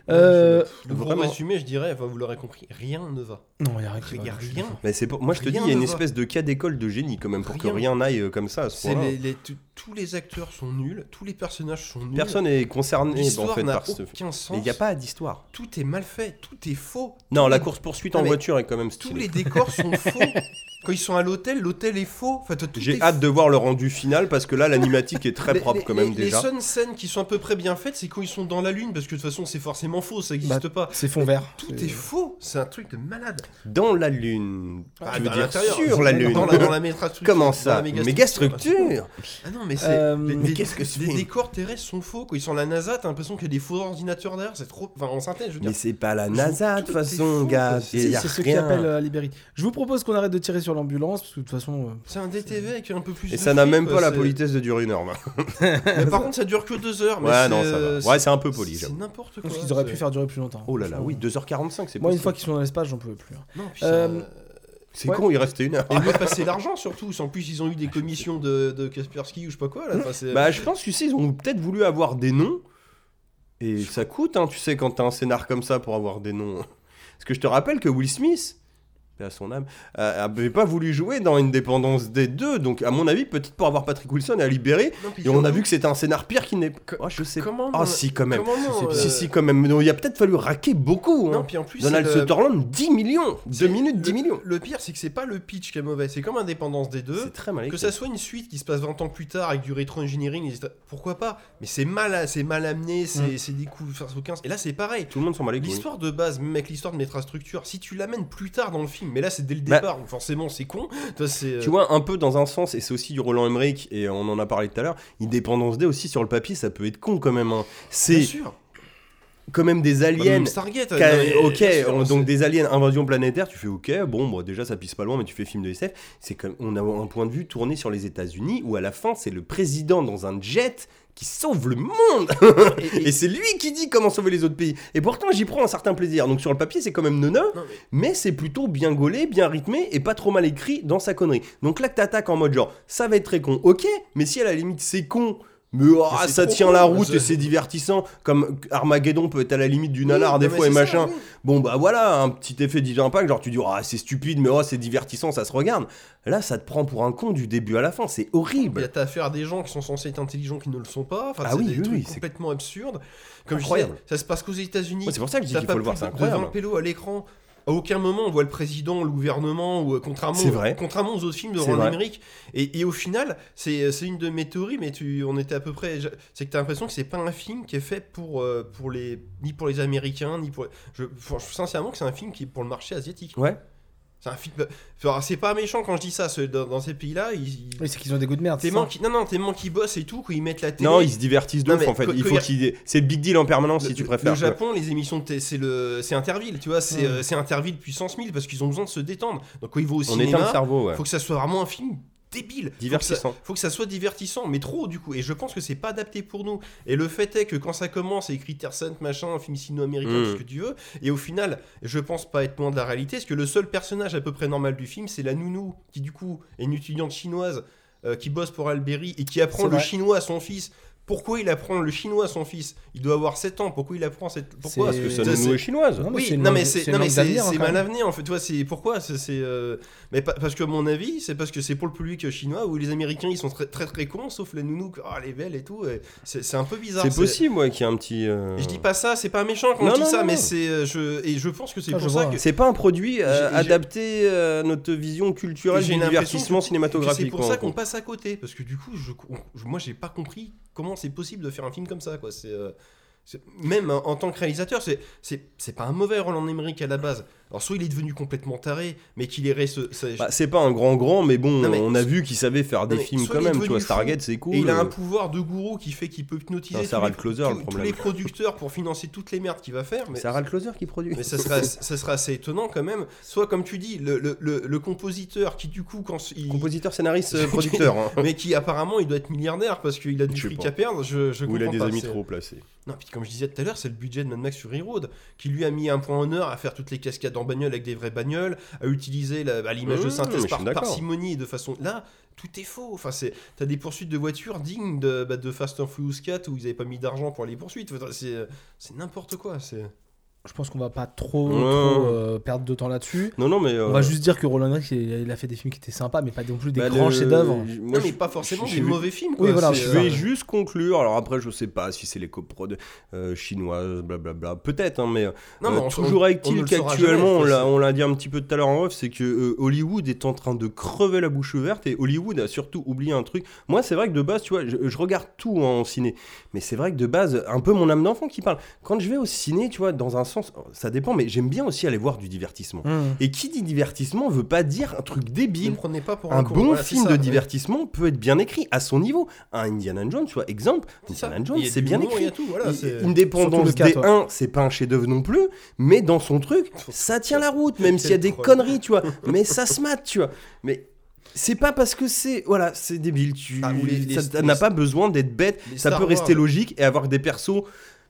Ouais,
Euh,
je- Le gros
Vraiment.
résumé, je dirais, enfin, vous l'aurez compris, rien ne va.
Non, il y a rien qui
Il
va.
n'y a
je suis
rien.
d'accord.
Mais c'est pas- moi je te
Rien
dis, il y a
ne
une
va.
espèce de cas d'école de génie quand même pour que
Rien.
rien n'aille euh, comme ça. à ce
C'est
point-là.
les- les- tout- tous les acteurs sont nuls, tous les personnages sont nuls.
Personne n'est concerné en
L'histoire
fait
n'a
par ce
aucun sens.
Mais il n'y a pas d'histoire.
Tout est mal fait, tout est faux.
Non,
Tous
la
les-
course poursuite
Non,
en
mais
voiture est quand même
Tous
stylée.
les décors sont faux. Quand ils sont à l'hôtel, l'hôtel est faux. Enfin, tout est
J'ai hâte de voir le rendu final parce que là l'animatique est très
Les-
propre
les-
quand même
les,
déjà.
Les seules scènes qui sont à peu près bien faites, c'est quand ils sont dans la lune, parce que de toute façon, c'est forcément faux, ça n'existe
Bah,
pas.
C'est fond vert.
Tout
C'est-
est faux, c'est un truc de malade.
Dans la lune.
Ah,
tu
dans
veux dire
l'intérieur,
sur la lune.
Dans la, dans la métrastructure,
Comment
dans
ça
la
Méga structure
Ah non, mais c'est.
Euh,
les-
mais
les-
qu'est-ce que c'est
Les décors terrestres sont faux. Quand ils sont à la NASA, t'as l'impression qu'il y a des faux ordinateurs derrière. C'est trop. Enfin, en synthèse, je veux dire.
Mais c'est pas la NASA de
tout
toute
est
façon,
faux,
gars.
c'est-
y
Si,
a
c'est ce qui
rien.
appelle euh, à Libéry. Je vous propose qu'on arrête de tirer sur l'ambulance, parce que de toute façon. euh,
C'est un DTV avec un peu plus.
Et
de
ça n'a
flics,
même
quoi,
pas la
c'est-
politesse de durer une heure. là.
Mais par contre, ça dure que deux heures. Ah, mais
Ouais,
c'est-
non, ça va. Ouais, c'est un peu poli,
C'est
j'avoue.
n'importe
Je
quoi.
pense qu'ils auraient
c'est-
pu faire durer plus longtemps.
Oh là là, oui, 2h45, c'est
Moi, une
possible.
fois qu'ils sont dans l'espace, j'en pouvais plus.
Non, puis ça-
Euh,
C'est
Ouais.
con, il restait une heure.
Et mieux passer l'argent surtout. En plus, ils ont
Ah,
eu des commissions de, de Kaspersky ou je sais pas quoi. Là. Enfin, c'est-
Bah, je pense, tu sais, ils ont peut-être voulu avoir des noms. Et ça coûte, hein, tu sais, quand t'as un scénar comme ça pour avoir des noms. Parce que je te rappelle que Will Smith, paix à son âme, euh, avait pas voulu jouer dans Indépendance des deux. Donc, à mon avis, peut-être pour avoir Patrick Wilson à libérer.
Non, puis
Et on a
surtout,
vu que c'était un scénar pire qui n'est. Oh, je sais pas.
Comment
Ah,
non,
si, quand même.
comment non,
Si,
euh,
si, quand même. Non, Il a peut-être fallu raquer beaucoup.
Non,
Hein.
puis en plus,
Donald
c'est le-
Sutherland, 10 millions. 2
c'est-
minutes, 10
le-
millions.
Le pire, c'est que c'est pas le pitch qui est mauvais. C'est comme Indépendance des deux.
C'est très mal
Que
écrit.
ça soit une suite qui se passe 20 ans plus tard avec du rétro-engineering, etc., pourquoi pas Mais c'est mal, à- c'est mal amené, c'est
Mm.
c'est des coups face au 15. Et là, c'est pareil.
Tout le monde s'en bat les couilles.
L'histoire de base, même avec l'histoire de Métrastructure, si tu l'amènes plus tard dans le film, mais là, c'est dès le
Bah-
départ, donc forcément, c'est con. Toi, c'est,
Tu
euh,
vois, un peu dans un sens, et c'est aussi du Roland Emmerich, et on en a parlé tout à l'heure, Indépendance Day aussi sur le papier, ça peut être con quand même. hein.
bien
C'est
sûr.
quand même des
Bah, même
aliens.
Stargate.
qu'a-
non, mais- euh,
ok,
bien sûr,
on- donc
c'est-
des aliens, invasion planétaire, tu fais ok, bon, bah, déjà ça pisse pas loin, mais tu fais film de SF. C'est comme on a un point de vue tourné sur les États-Unis où à la fin c'est le président dans un jet qui sauve le monde et, c'est lui qui dit comment sauver les autres pays. Et pourtant j'y prends un certain plaisir. Donc sur le papier c'est quand même neuneux,
Non,
mais c'est plutôt bien gaulé, bien rythmé et pas trop mal écrit dans sa connerie. Donc là que t'attaques en mode genre ça va être très con, ok, mais si à la limite c'est con. Mais oh,
Mais c'est
ça
trop
tient
con,
la route
c'est-
et c'est divertissant, comme Armageddon peut être à la limite du
Oui,
nanar des
non, mais
fois et
c'est ça,
machin.
oui.
Bon bah voilà, un petit effet d'impact, genre tu dis ah c'est stupide mais oh c'est divertissant, ça se regarde. Là ça te prend pour un con du début à la fin, c'est
Il y a
horrible.
t'as affaire à des gens qui sont censés être intelligents qui ne le sont pas. Enfin,
Bah. Ah
c'est
oui,
des
oui,
trucs
oui, c'est-
complètement absurdes. Comme je
Incroyable.
disais, ça se passe qu'aux États-Unis.
Ouais, c'est pour ça que je dis
T'as
qu'il
pas
faut le voir,
plus
c'est
de- de 20
incroyable.
pélos à l'écran. à aucun moment on voit le président, le gouvernement, ou euh, contrairement,
C'est vrai.
contrairement aux autres films de
C'est
Roland
vrai.
Emmerich. Et, et au final, c'est euh, c'est une de mes théories, mais tu, on était à peu près. je- C'est que t'as l'impression que c'est pas un film qui est fait pour, euh, pour les, ni pour les Américains, ni pour. Je, je- sincèrement, que c'est un film qui est pour le marché asiatique.
Ouais.
C'est un film. euh, enfin, C'est pas méchant quand je dis ça. ce- Dans, dans ces pays-là, ils. ils-
Oui, c'est qu'ils ont des goûts de merde.
T'es
c'est ça.
man qui... Non, non, t'es man qui bosse et tout, qu'ils mettent la télé.
Non, ils se divertissent de
Non,
ouf
mais
en fait.
que-
Il
que
faut
y a-
qu'ils. C'est le big deal en permanence si
Le-
tu
le-
préfères. Hmm.
Le Japon, les émissions de télé, c'est le, c'est Interville, tu vois, c'est
Mm.
euh, c'est Interville puissance 1000 parce qu'ils ont besoin de se détendre. Donc quand ils vont au
On éteint le
cinéma,
cerveau, ouais.
faut que ça soit vraiment un film débile, Faut que ça-
Divertissant.
faut que ça soit divertissant, mais trop du coup. Et je pense que c'est pas adapté pour nous. Et le fait est que quand ça commence, c'est écrit Tercent, machin, un film sino-américain,
Mm.
tout ce que tu veux. Et au final, je pense pas être loin de la réalité, parce que le seul personnage à peu près normal du film, c'est la nounou, qui du coup est une étudiante chinoise euh, qui bosse pour Alberi et qui apprend
C'est
le
vrai.
chinois à son fils. Pourquoi il apprend le chinois à son fils Il doit avoir 7 ans. Pourquoi il apprend cette. Pourquoi
C'est-
Parce que ça
Ça,
nous
c'est-
est chinoise.
Non, mais
oui,
c'est une
non
langue-
mais c'est
une
non, mais
langue
c'est-
d'avenir,
c'est
hein, quand
mal
même.
avenir en fait. Toi, c'est pourquoi c'est c'est, euh, mais pa- parce que à mon avis, c'est parce que c'est pour le public chinois où les Américains ils sont très très très cons, sauf les nounous, que, ah les belles et tout. et C'est c'est un peu bizarre.
C'est possible, ouais, qu'il y ait un petit. euh,
Et Je dis pas ça, c'est pas méchant quand
Non,
je dis
non,
ça,
non,
mais
non.
c'est euh, je et je pense que c'est
Ah,
pour
je
ça
vois.
que.
C'est pas un produit euh,
Et j'ai- et j'ai-
adapté euh, à notre vision culturelle
J'ai
du
l'impression
divertissement
que- que
cinématographique.
C'est pour
quoi,
ça
en
qu'on
gros.
passe à côté, parce que du coup, je, je- moi, j'ai pas compris comment c'est possible de faire un film comme ça, quoi. C'est euh, c'est- même en, en tant que réalisateur, c'est c'est c'est pas un mauvais Roland Emmerich à la base. Alors soit il est devenu complètement taré, mais qu'il est resté. ça-
Bah, c'est pas un grand grand, mais bon,
Non, mais-
on a vu qu'il savait faire des
mais
films
soit
quand
il est
même. Tu vois,
devenu
Stargate, c'est cool.
et il a un
euh,
pouvoir de gourou qui fait qu'il peut hypnotiser
Non,
tous
ça râle
les,
Closer,
tous-
le
tous
problème.
les producteurs pour financer toutes les merdes qu'il va faire. Mais
C'est Harald Closer qui produit.
Mais ça sera, ça sera assez étonnant quand même. Soit, comme tu dis, le, le- le- le compositeur qui, du coup, quand il,
Compositeur, scénariste, euh, producteur. hein.
mais qui apparemment il doit être milliardaire parce qu'il a du
Je sais
fric
pas.
à perdre. Je, je
Ou il a
comprends
des
pas,
amis
c'est-
trop placés.
Non, puis comme je disais tout à l'heure, c'est le budget de Mad Max sur E-Road qui lui a mis un point honneur à faire toutes les cascades en bagnole avec des vraies bagnoles, à utiliser la- à l'image
Mmh,
de
mais je
synthèse
suis
par
d'accord.
parcimonie et de façon. Là, tout est faux. Enfin, c'est t'as des poursuites de voitures dignes de, bah, de Fast and Furious 4 où ils avaient pas mis d'argent pour les poursuites. Enfin, c'est c'est n'importe quoi. C'est
Je pense qu'on va pas trop,
Ouais.
trop, euh, perdre de temps là-dessus.
Non, non, mais.
On
euh,
va juste dire que Roland Emmerich, il il a fait des films qui étaient sympas, mais pas non plus des
bah,
grands
le-
chefs-d'œuvre.
je- moi,
non, mais
je-
pas forcément
j'ai
des
vu-
mauvais films.
Oui,
quoi.
voilà,
C'est,
Je
Euh,
vais
je-
juste conclure. Alors après, je sais pas si c'est les coprodes euh, chinoises, blablabla. Peut-être, hein, mais
Non, mais
Euh,
on-
toujours
on-
avec
on ne
il
le saura
qu'actuellement,
jamais,
on
ça,
l'a-
c'est-
on l'a dit un petit peu tout à l'heure en off, c'est que euh, Hollywood est en train de crever la bouche ouverte et Hollywood a surtout oublié un truc. Moi, c'est vrai que de base, tu vois, je, je regarde tout en ciné, mais c'est vrai que de base, un peu mon âme d'enfant qui parle. Quand je vais au ciné, tu vois, dans un sens, oh, ça dépend, mais j'aime bien aussi aller voir du divertissement.
Mmh.
Et qui dit divertissement veut pas dire un truc
Ne
débile.
prenez pas pour
Un
con.
bon
Voilà, c'est
film
ça,
de
ouais.
divertissement peut être bien écrit à son niveau. Un Indiana Jones, tu vois, exemple,
C'est ça.
Indiana
Il
Jones,
y a
c'est
du
bien
humour, il
écrit.
y a tout, voilà,
I-
c'est-
Surtout le
Indépendance
cas,
des
toi.
1, c'est pas un chef-d'œuvre non plus, mais dans son truc, ça tient la route, même s'il y a des
Quel troll.
conneries, tu vois. Mais ça se mate, tu vois. Mais c'est pas parce que c'est. Voilà, c'est débile. Tu
Ah, ou les- les-
ça- ça
les-
n'a pas besoin d'être bête.
les
Ça
Star
peut rester
Wars.
logique et avoir des persos.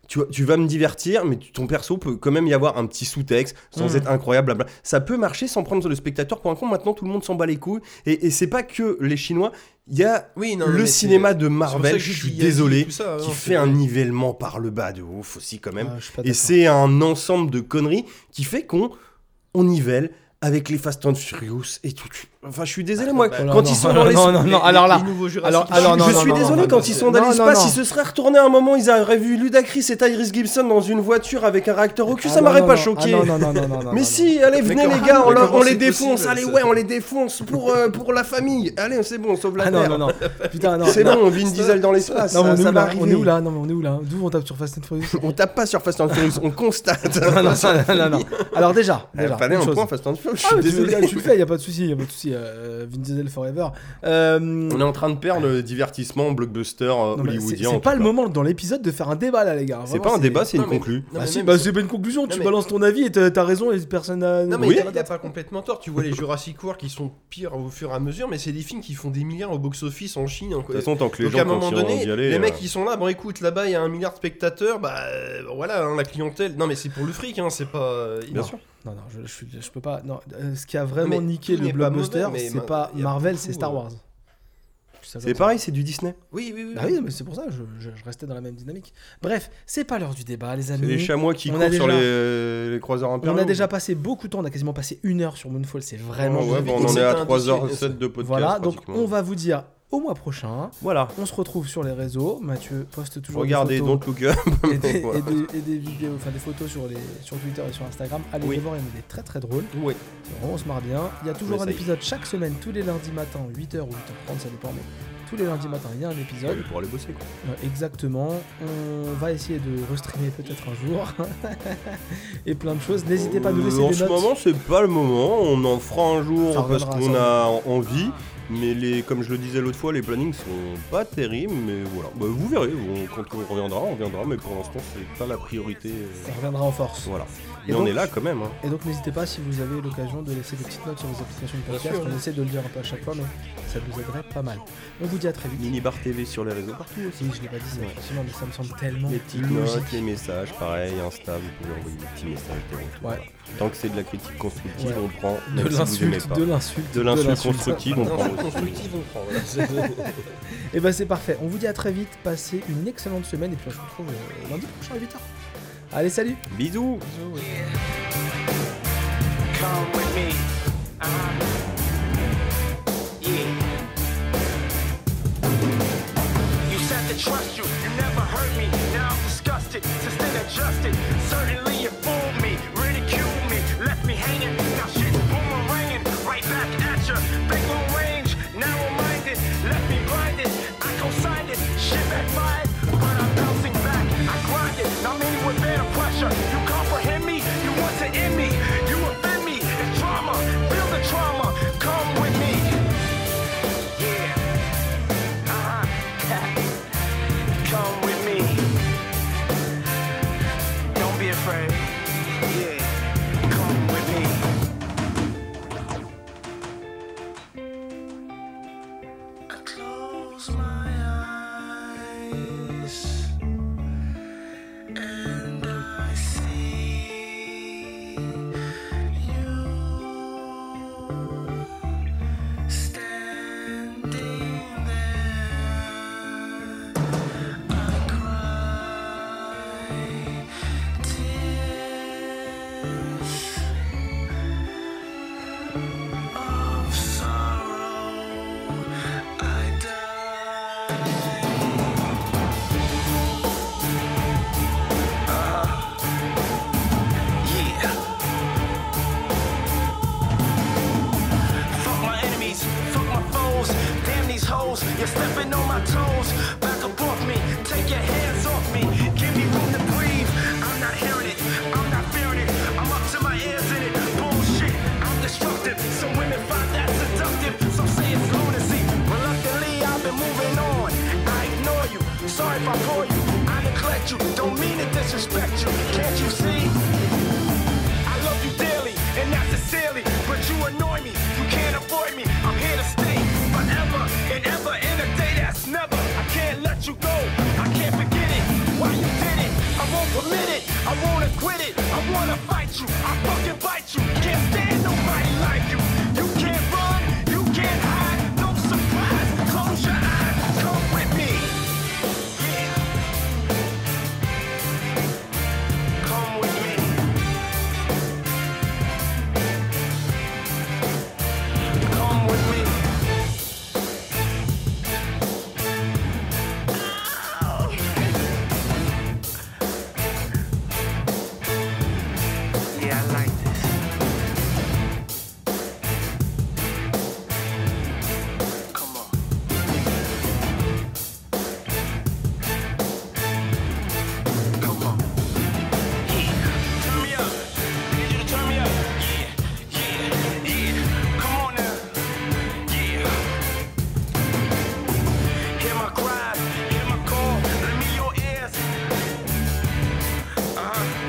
Tu, vois, tu vas me divertir, mais tu- ton perso peut quand même y avoir un petit sous-texte sans
Hmm.
Mm.
être incroyable. blabla. Ça peut marcher sans prendre le spectateur pour un con. Maintenant, tout le monde s'en bat les couilles. Et, et c'est pas que les Chinois. Il y a
Oui, non, non,
le
mais
cinéma
c'est-
de
c'est pour ça
Marvel,
que
je
dis
suis
Yankee et
désolé,
tout ça, hein.
qui
non,
fait
c'est-
un nivellement par le bas de ouf aussi quand même.
Ah, je suis pas
et
d'accord.
c'est un ensemble de conneries qui fait qu'on on nivelle avec les Fast and Furious et tout. Enfin, je suis désolé, moi,
bah,
Oh là,
quand
non.
ils sont dans les...
Non, non,
Les-
non, alors
les-
là.
les nouveaux Jurassic
Alors-
Park.
alors, non,
je
non,
suis
non,
désolé
non,
quand
non, c'est-
ils sont dans
non,
l'espace,
non,
ils se seraient retournés à un moment, ils auraient vu Ludacris et Tyrese Gibson dans une voiture avec un réacteur au cul,
Ah,
ça
non,
m'aurait
non,
pas
non.
choqué.
Ah, non, non, non, non, non, non,
Mais
non.
si, allez,
Mais
venez
comment-
les gars, on,
mais
leur-
comment
on les
c'est
défonce,
possible,
allez,
ça
ouais, on les défonce pour, euh, pour la famille. Allez, c'est bon, on sauve la
Ah non,
Terre.
non, non. Putain, non.
C'est
non.
bon, Vin Diesel dans l'espace,
Non, mais
ça,
on, est
ça
où,
va
là
arriver.
on est où là Non, mais on est où là D'où on tape sur Fast and Furious
On tape pas sur Fast and Furious, on constate.
non, non, non, non, non. Alors déjà, déjà.
Il fallait
une
un
chose.
point Fast and Furious, je
Ah,
suis
mais tu,
désolé.
le- tu le fais, y a pas de souci, y a pas de souci. euh, Vin Diesel Forever. Euh,
On est en train de perdre le divertissement blockbuster euh,
non, mais c'est-
hollywoodien. en
c'est
tout
pas le
cas.
moment dans l'épisode de faire un débat là, les gars.
C'est
Vraiment,
pas un débat, c'est
Non,
une
mais-
conclue.
non,
Bah
mais
si,
même-
bah c'est pas une conclusion, tu
mais-
balances ton avis et t'as t'as raison euh, et personne n'a...
Non mais
Oui.
il a- il a pas complètement tort, tu vois les Jurassic World qui sont pires au fur et à mesure, mais c'est des films qui font des milliards au box-office en Chine. en-
De toute façon, tant que les
Donc
gens
à un moment
continueront
donné,
d'y aller.
les
euh,
mecs ils sont là, bon écoute, là-bas il y a un milliard de spectateurs, bah euh, voilà, hein, la clientèle, non mais c'est pour le fric, hein, c'est pas... euh,
Bien
non.
sûr.
Non, non, je, je suis- je peux pas... Non, euh, ce qui a vraiment
Non, mais
niqué
tout
le
n'est pas
blockbuster,
mauvais, mais
c'est
ma-
pas
y a
Marvel,
beaucoup,
c'est Star
euh,
Wars. Je sais pas
C'est
ça.
pareil, c'est du Disney.
Oui, oui, oui.
Ah oui, mais c'est pour ça, je, je- je restais dans la même dynamique. Bref, c'est pas l'heure du débat, les
C'est
amis.
les chamois qui
on
courent
a
sur
déjà-
les, les croiseurs impériaux.
On a déjà passé beaucoup de temps, on a quasiment passé une heure sur Moonfall, c'est
Ouais,
vraiment...
ouais,
vous
bah,
avez
on en est
été-
à
un dossier,
3h07 de podcast.
Voilà, donc
pratiquement.
on va vous dire au mois prochain.
Voilà.
On se retrouve sur les réseaux. Mathieu poste toujours
Regardez,
des
Don't
photos
Look Up.
et, des,
Voilà.
et des- et des vidéos, enfin des photos sur, les, sur Twitter et sur Instagram. Allez
Oui.
les voir, il y en a des très très drôles.
Ouais.
C'est vraiment, on se marre bien. Il y a toujours
Mais
un
ça y est.
épisode chaque semaine, tous les lundis matins, 8h ou 8h30, ça dépend, mais tous les lundis matins, il y a un épisode.
Pour aller bosser, quoi.
Euh, Exactement. On va essayer de restreamer peut-être un jour. et plein de choses. N'hésitez pas à nous
Euh,
laisser
En
des
ce
notes.
moment, c'est pas le moment. On en fera un jour
Ça
parce
reviendra,
qu'on
ça
a envie. Mais les, comme je le disais l'autre fois, les plannings sont pas terribles. Mais voilà. Bah, vous verrez. on- quand on reviendra, on reviendra. Mais pour l'instant, c'est pas la priorité. euh,
Ça reviendra en force.
Voilà.
Et
Mais on
donc-
est là quand même. hein.
Et donc n'hésitez pas si vous avez l'occasion de laisser des petites notes sur vos applications de podcast.
sûr.
On essaie de le dire un peu à chaque fois, mais ça nous aiderait pas mal. On vous dit à très vite.
Minibar TV sur les réseaux partout aussi.
Oui, je l'ai pas dit, c'est effectivement, mais ça me semble tellement
Les petites
logique.
notes, les messages, pareil, Insta, vous pouvez envoyer des petits messages, des retours,
Ouais.
voilà. Tant que c'est de la critique constructive,
Ouais.
on prend.
De
même si vous aimez
l'insulte,
pas.
de l'insulte,
De l'insulte constructive, on prend.
constructive, on prend.
Et bah c'est parfait. On vous dit à très vite. Passez une excellente semaine et puis on se retrouve euh, lundi prochain à 8h. Allez, salut.
Bisous
Come with me. Uh-huh. Yeah. You said to trust you, you never hurt me. Now I'm disgusted, since then adjusted. Certainly you fooled me, ridiculed me, left me hanging. Now shit's boomeranging, right back at ya. Big long range, narrow minded, left me blinded. I co-signed it, shit backfired, but I'm bouncing back. I grinded, now I'm in with better pressure. You comprehend me? You want to end me? You offend me? It's drama, feel the trauma. Come with me. Yeah. Uh-huh. Come with me. Don't be afraid. Yeah. Come with me. I close my eyes and I see you standing there. I cry tears of sorrow. I die. Yeah. Fuck my enemies, fuck my foes. Damn these hoes, you're stepping on my toes. Back up off me, take your hands off me. Give me room to breathe. I'm not hearing it, I'm not fearing it. I'm up to my ears in it. Bullshit, I'm destructive. Some women find that seductive. Some say it's lunacy. Reluctantly, I've been moving on. I ignore you. Sorry if I bore you. I neglect you. Don't mean to disrespect you. Can't you see? I love you dearly, and not sincerely, but you annoy me. You can't avoid me. I'm here to stay forever and ever in a day that's never. I can't let you go. I can't forget it. Why you did it? I won't permit it. I won't acquit it. I wanna fight you. I fucking bite you. Can't stand nobody like you. You can't run. You can't hide. No surprise. Close your eyes. Come with me. Yeah. Come with me. Come with me. Yeah, I like this. Come on. Come on. Yeah. Turn me up. Need you to turn me up. Yeah, yeah, yeah. Come on now. Yeah. Hear my cries, hear my call. Lend me your ears. Uh-huh. Uh. Uh-huh. Uh-huh. Uh-huh. Uh-huh.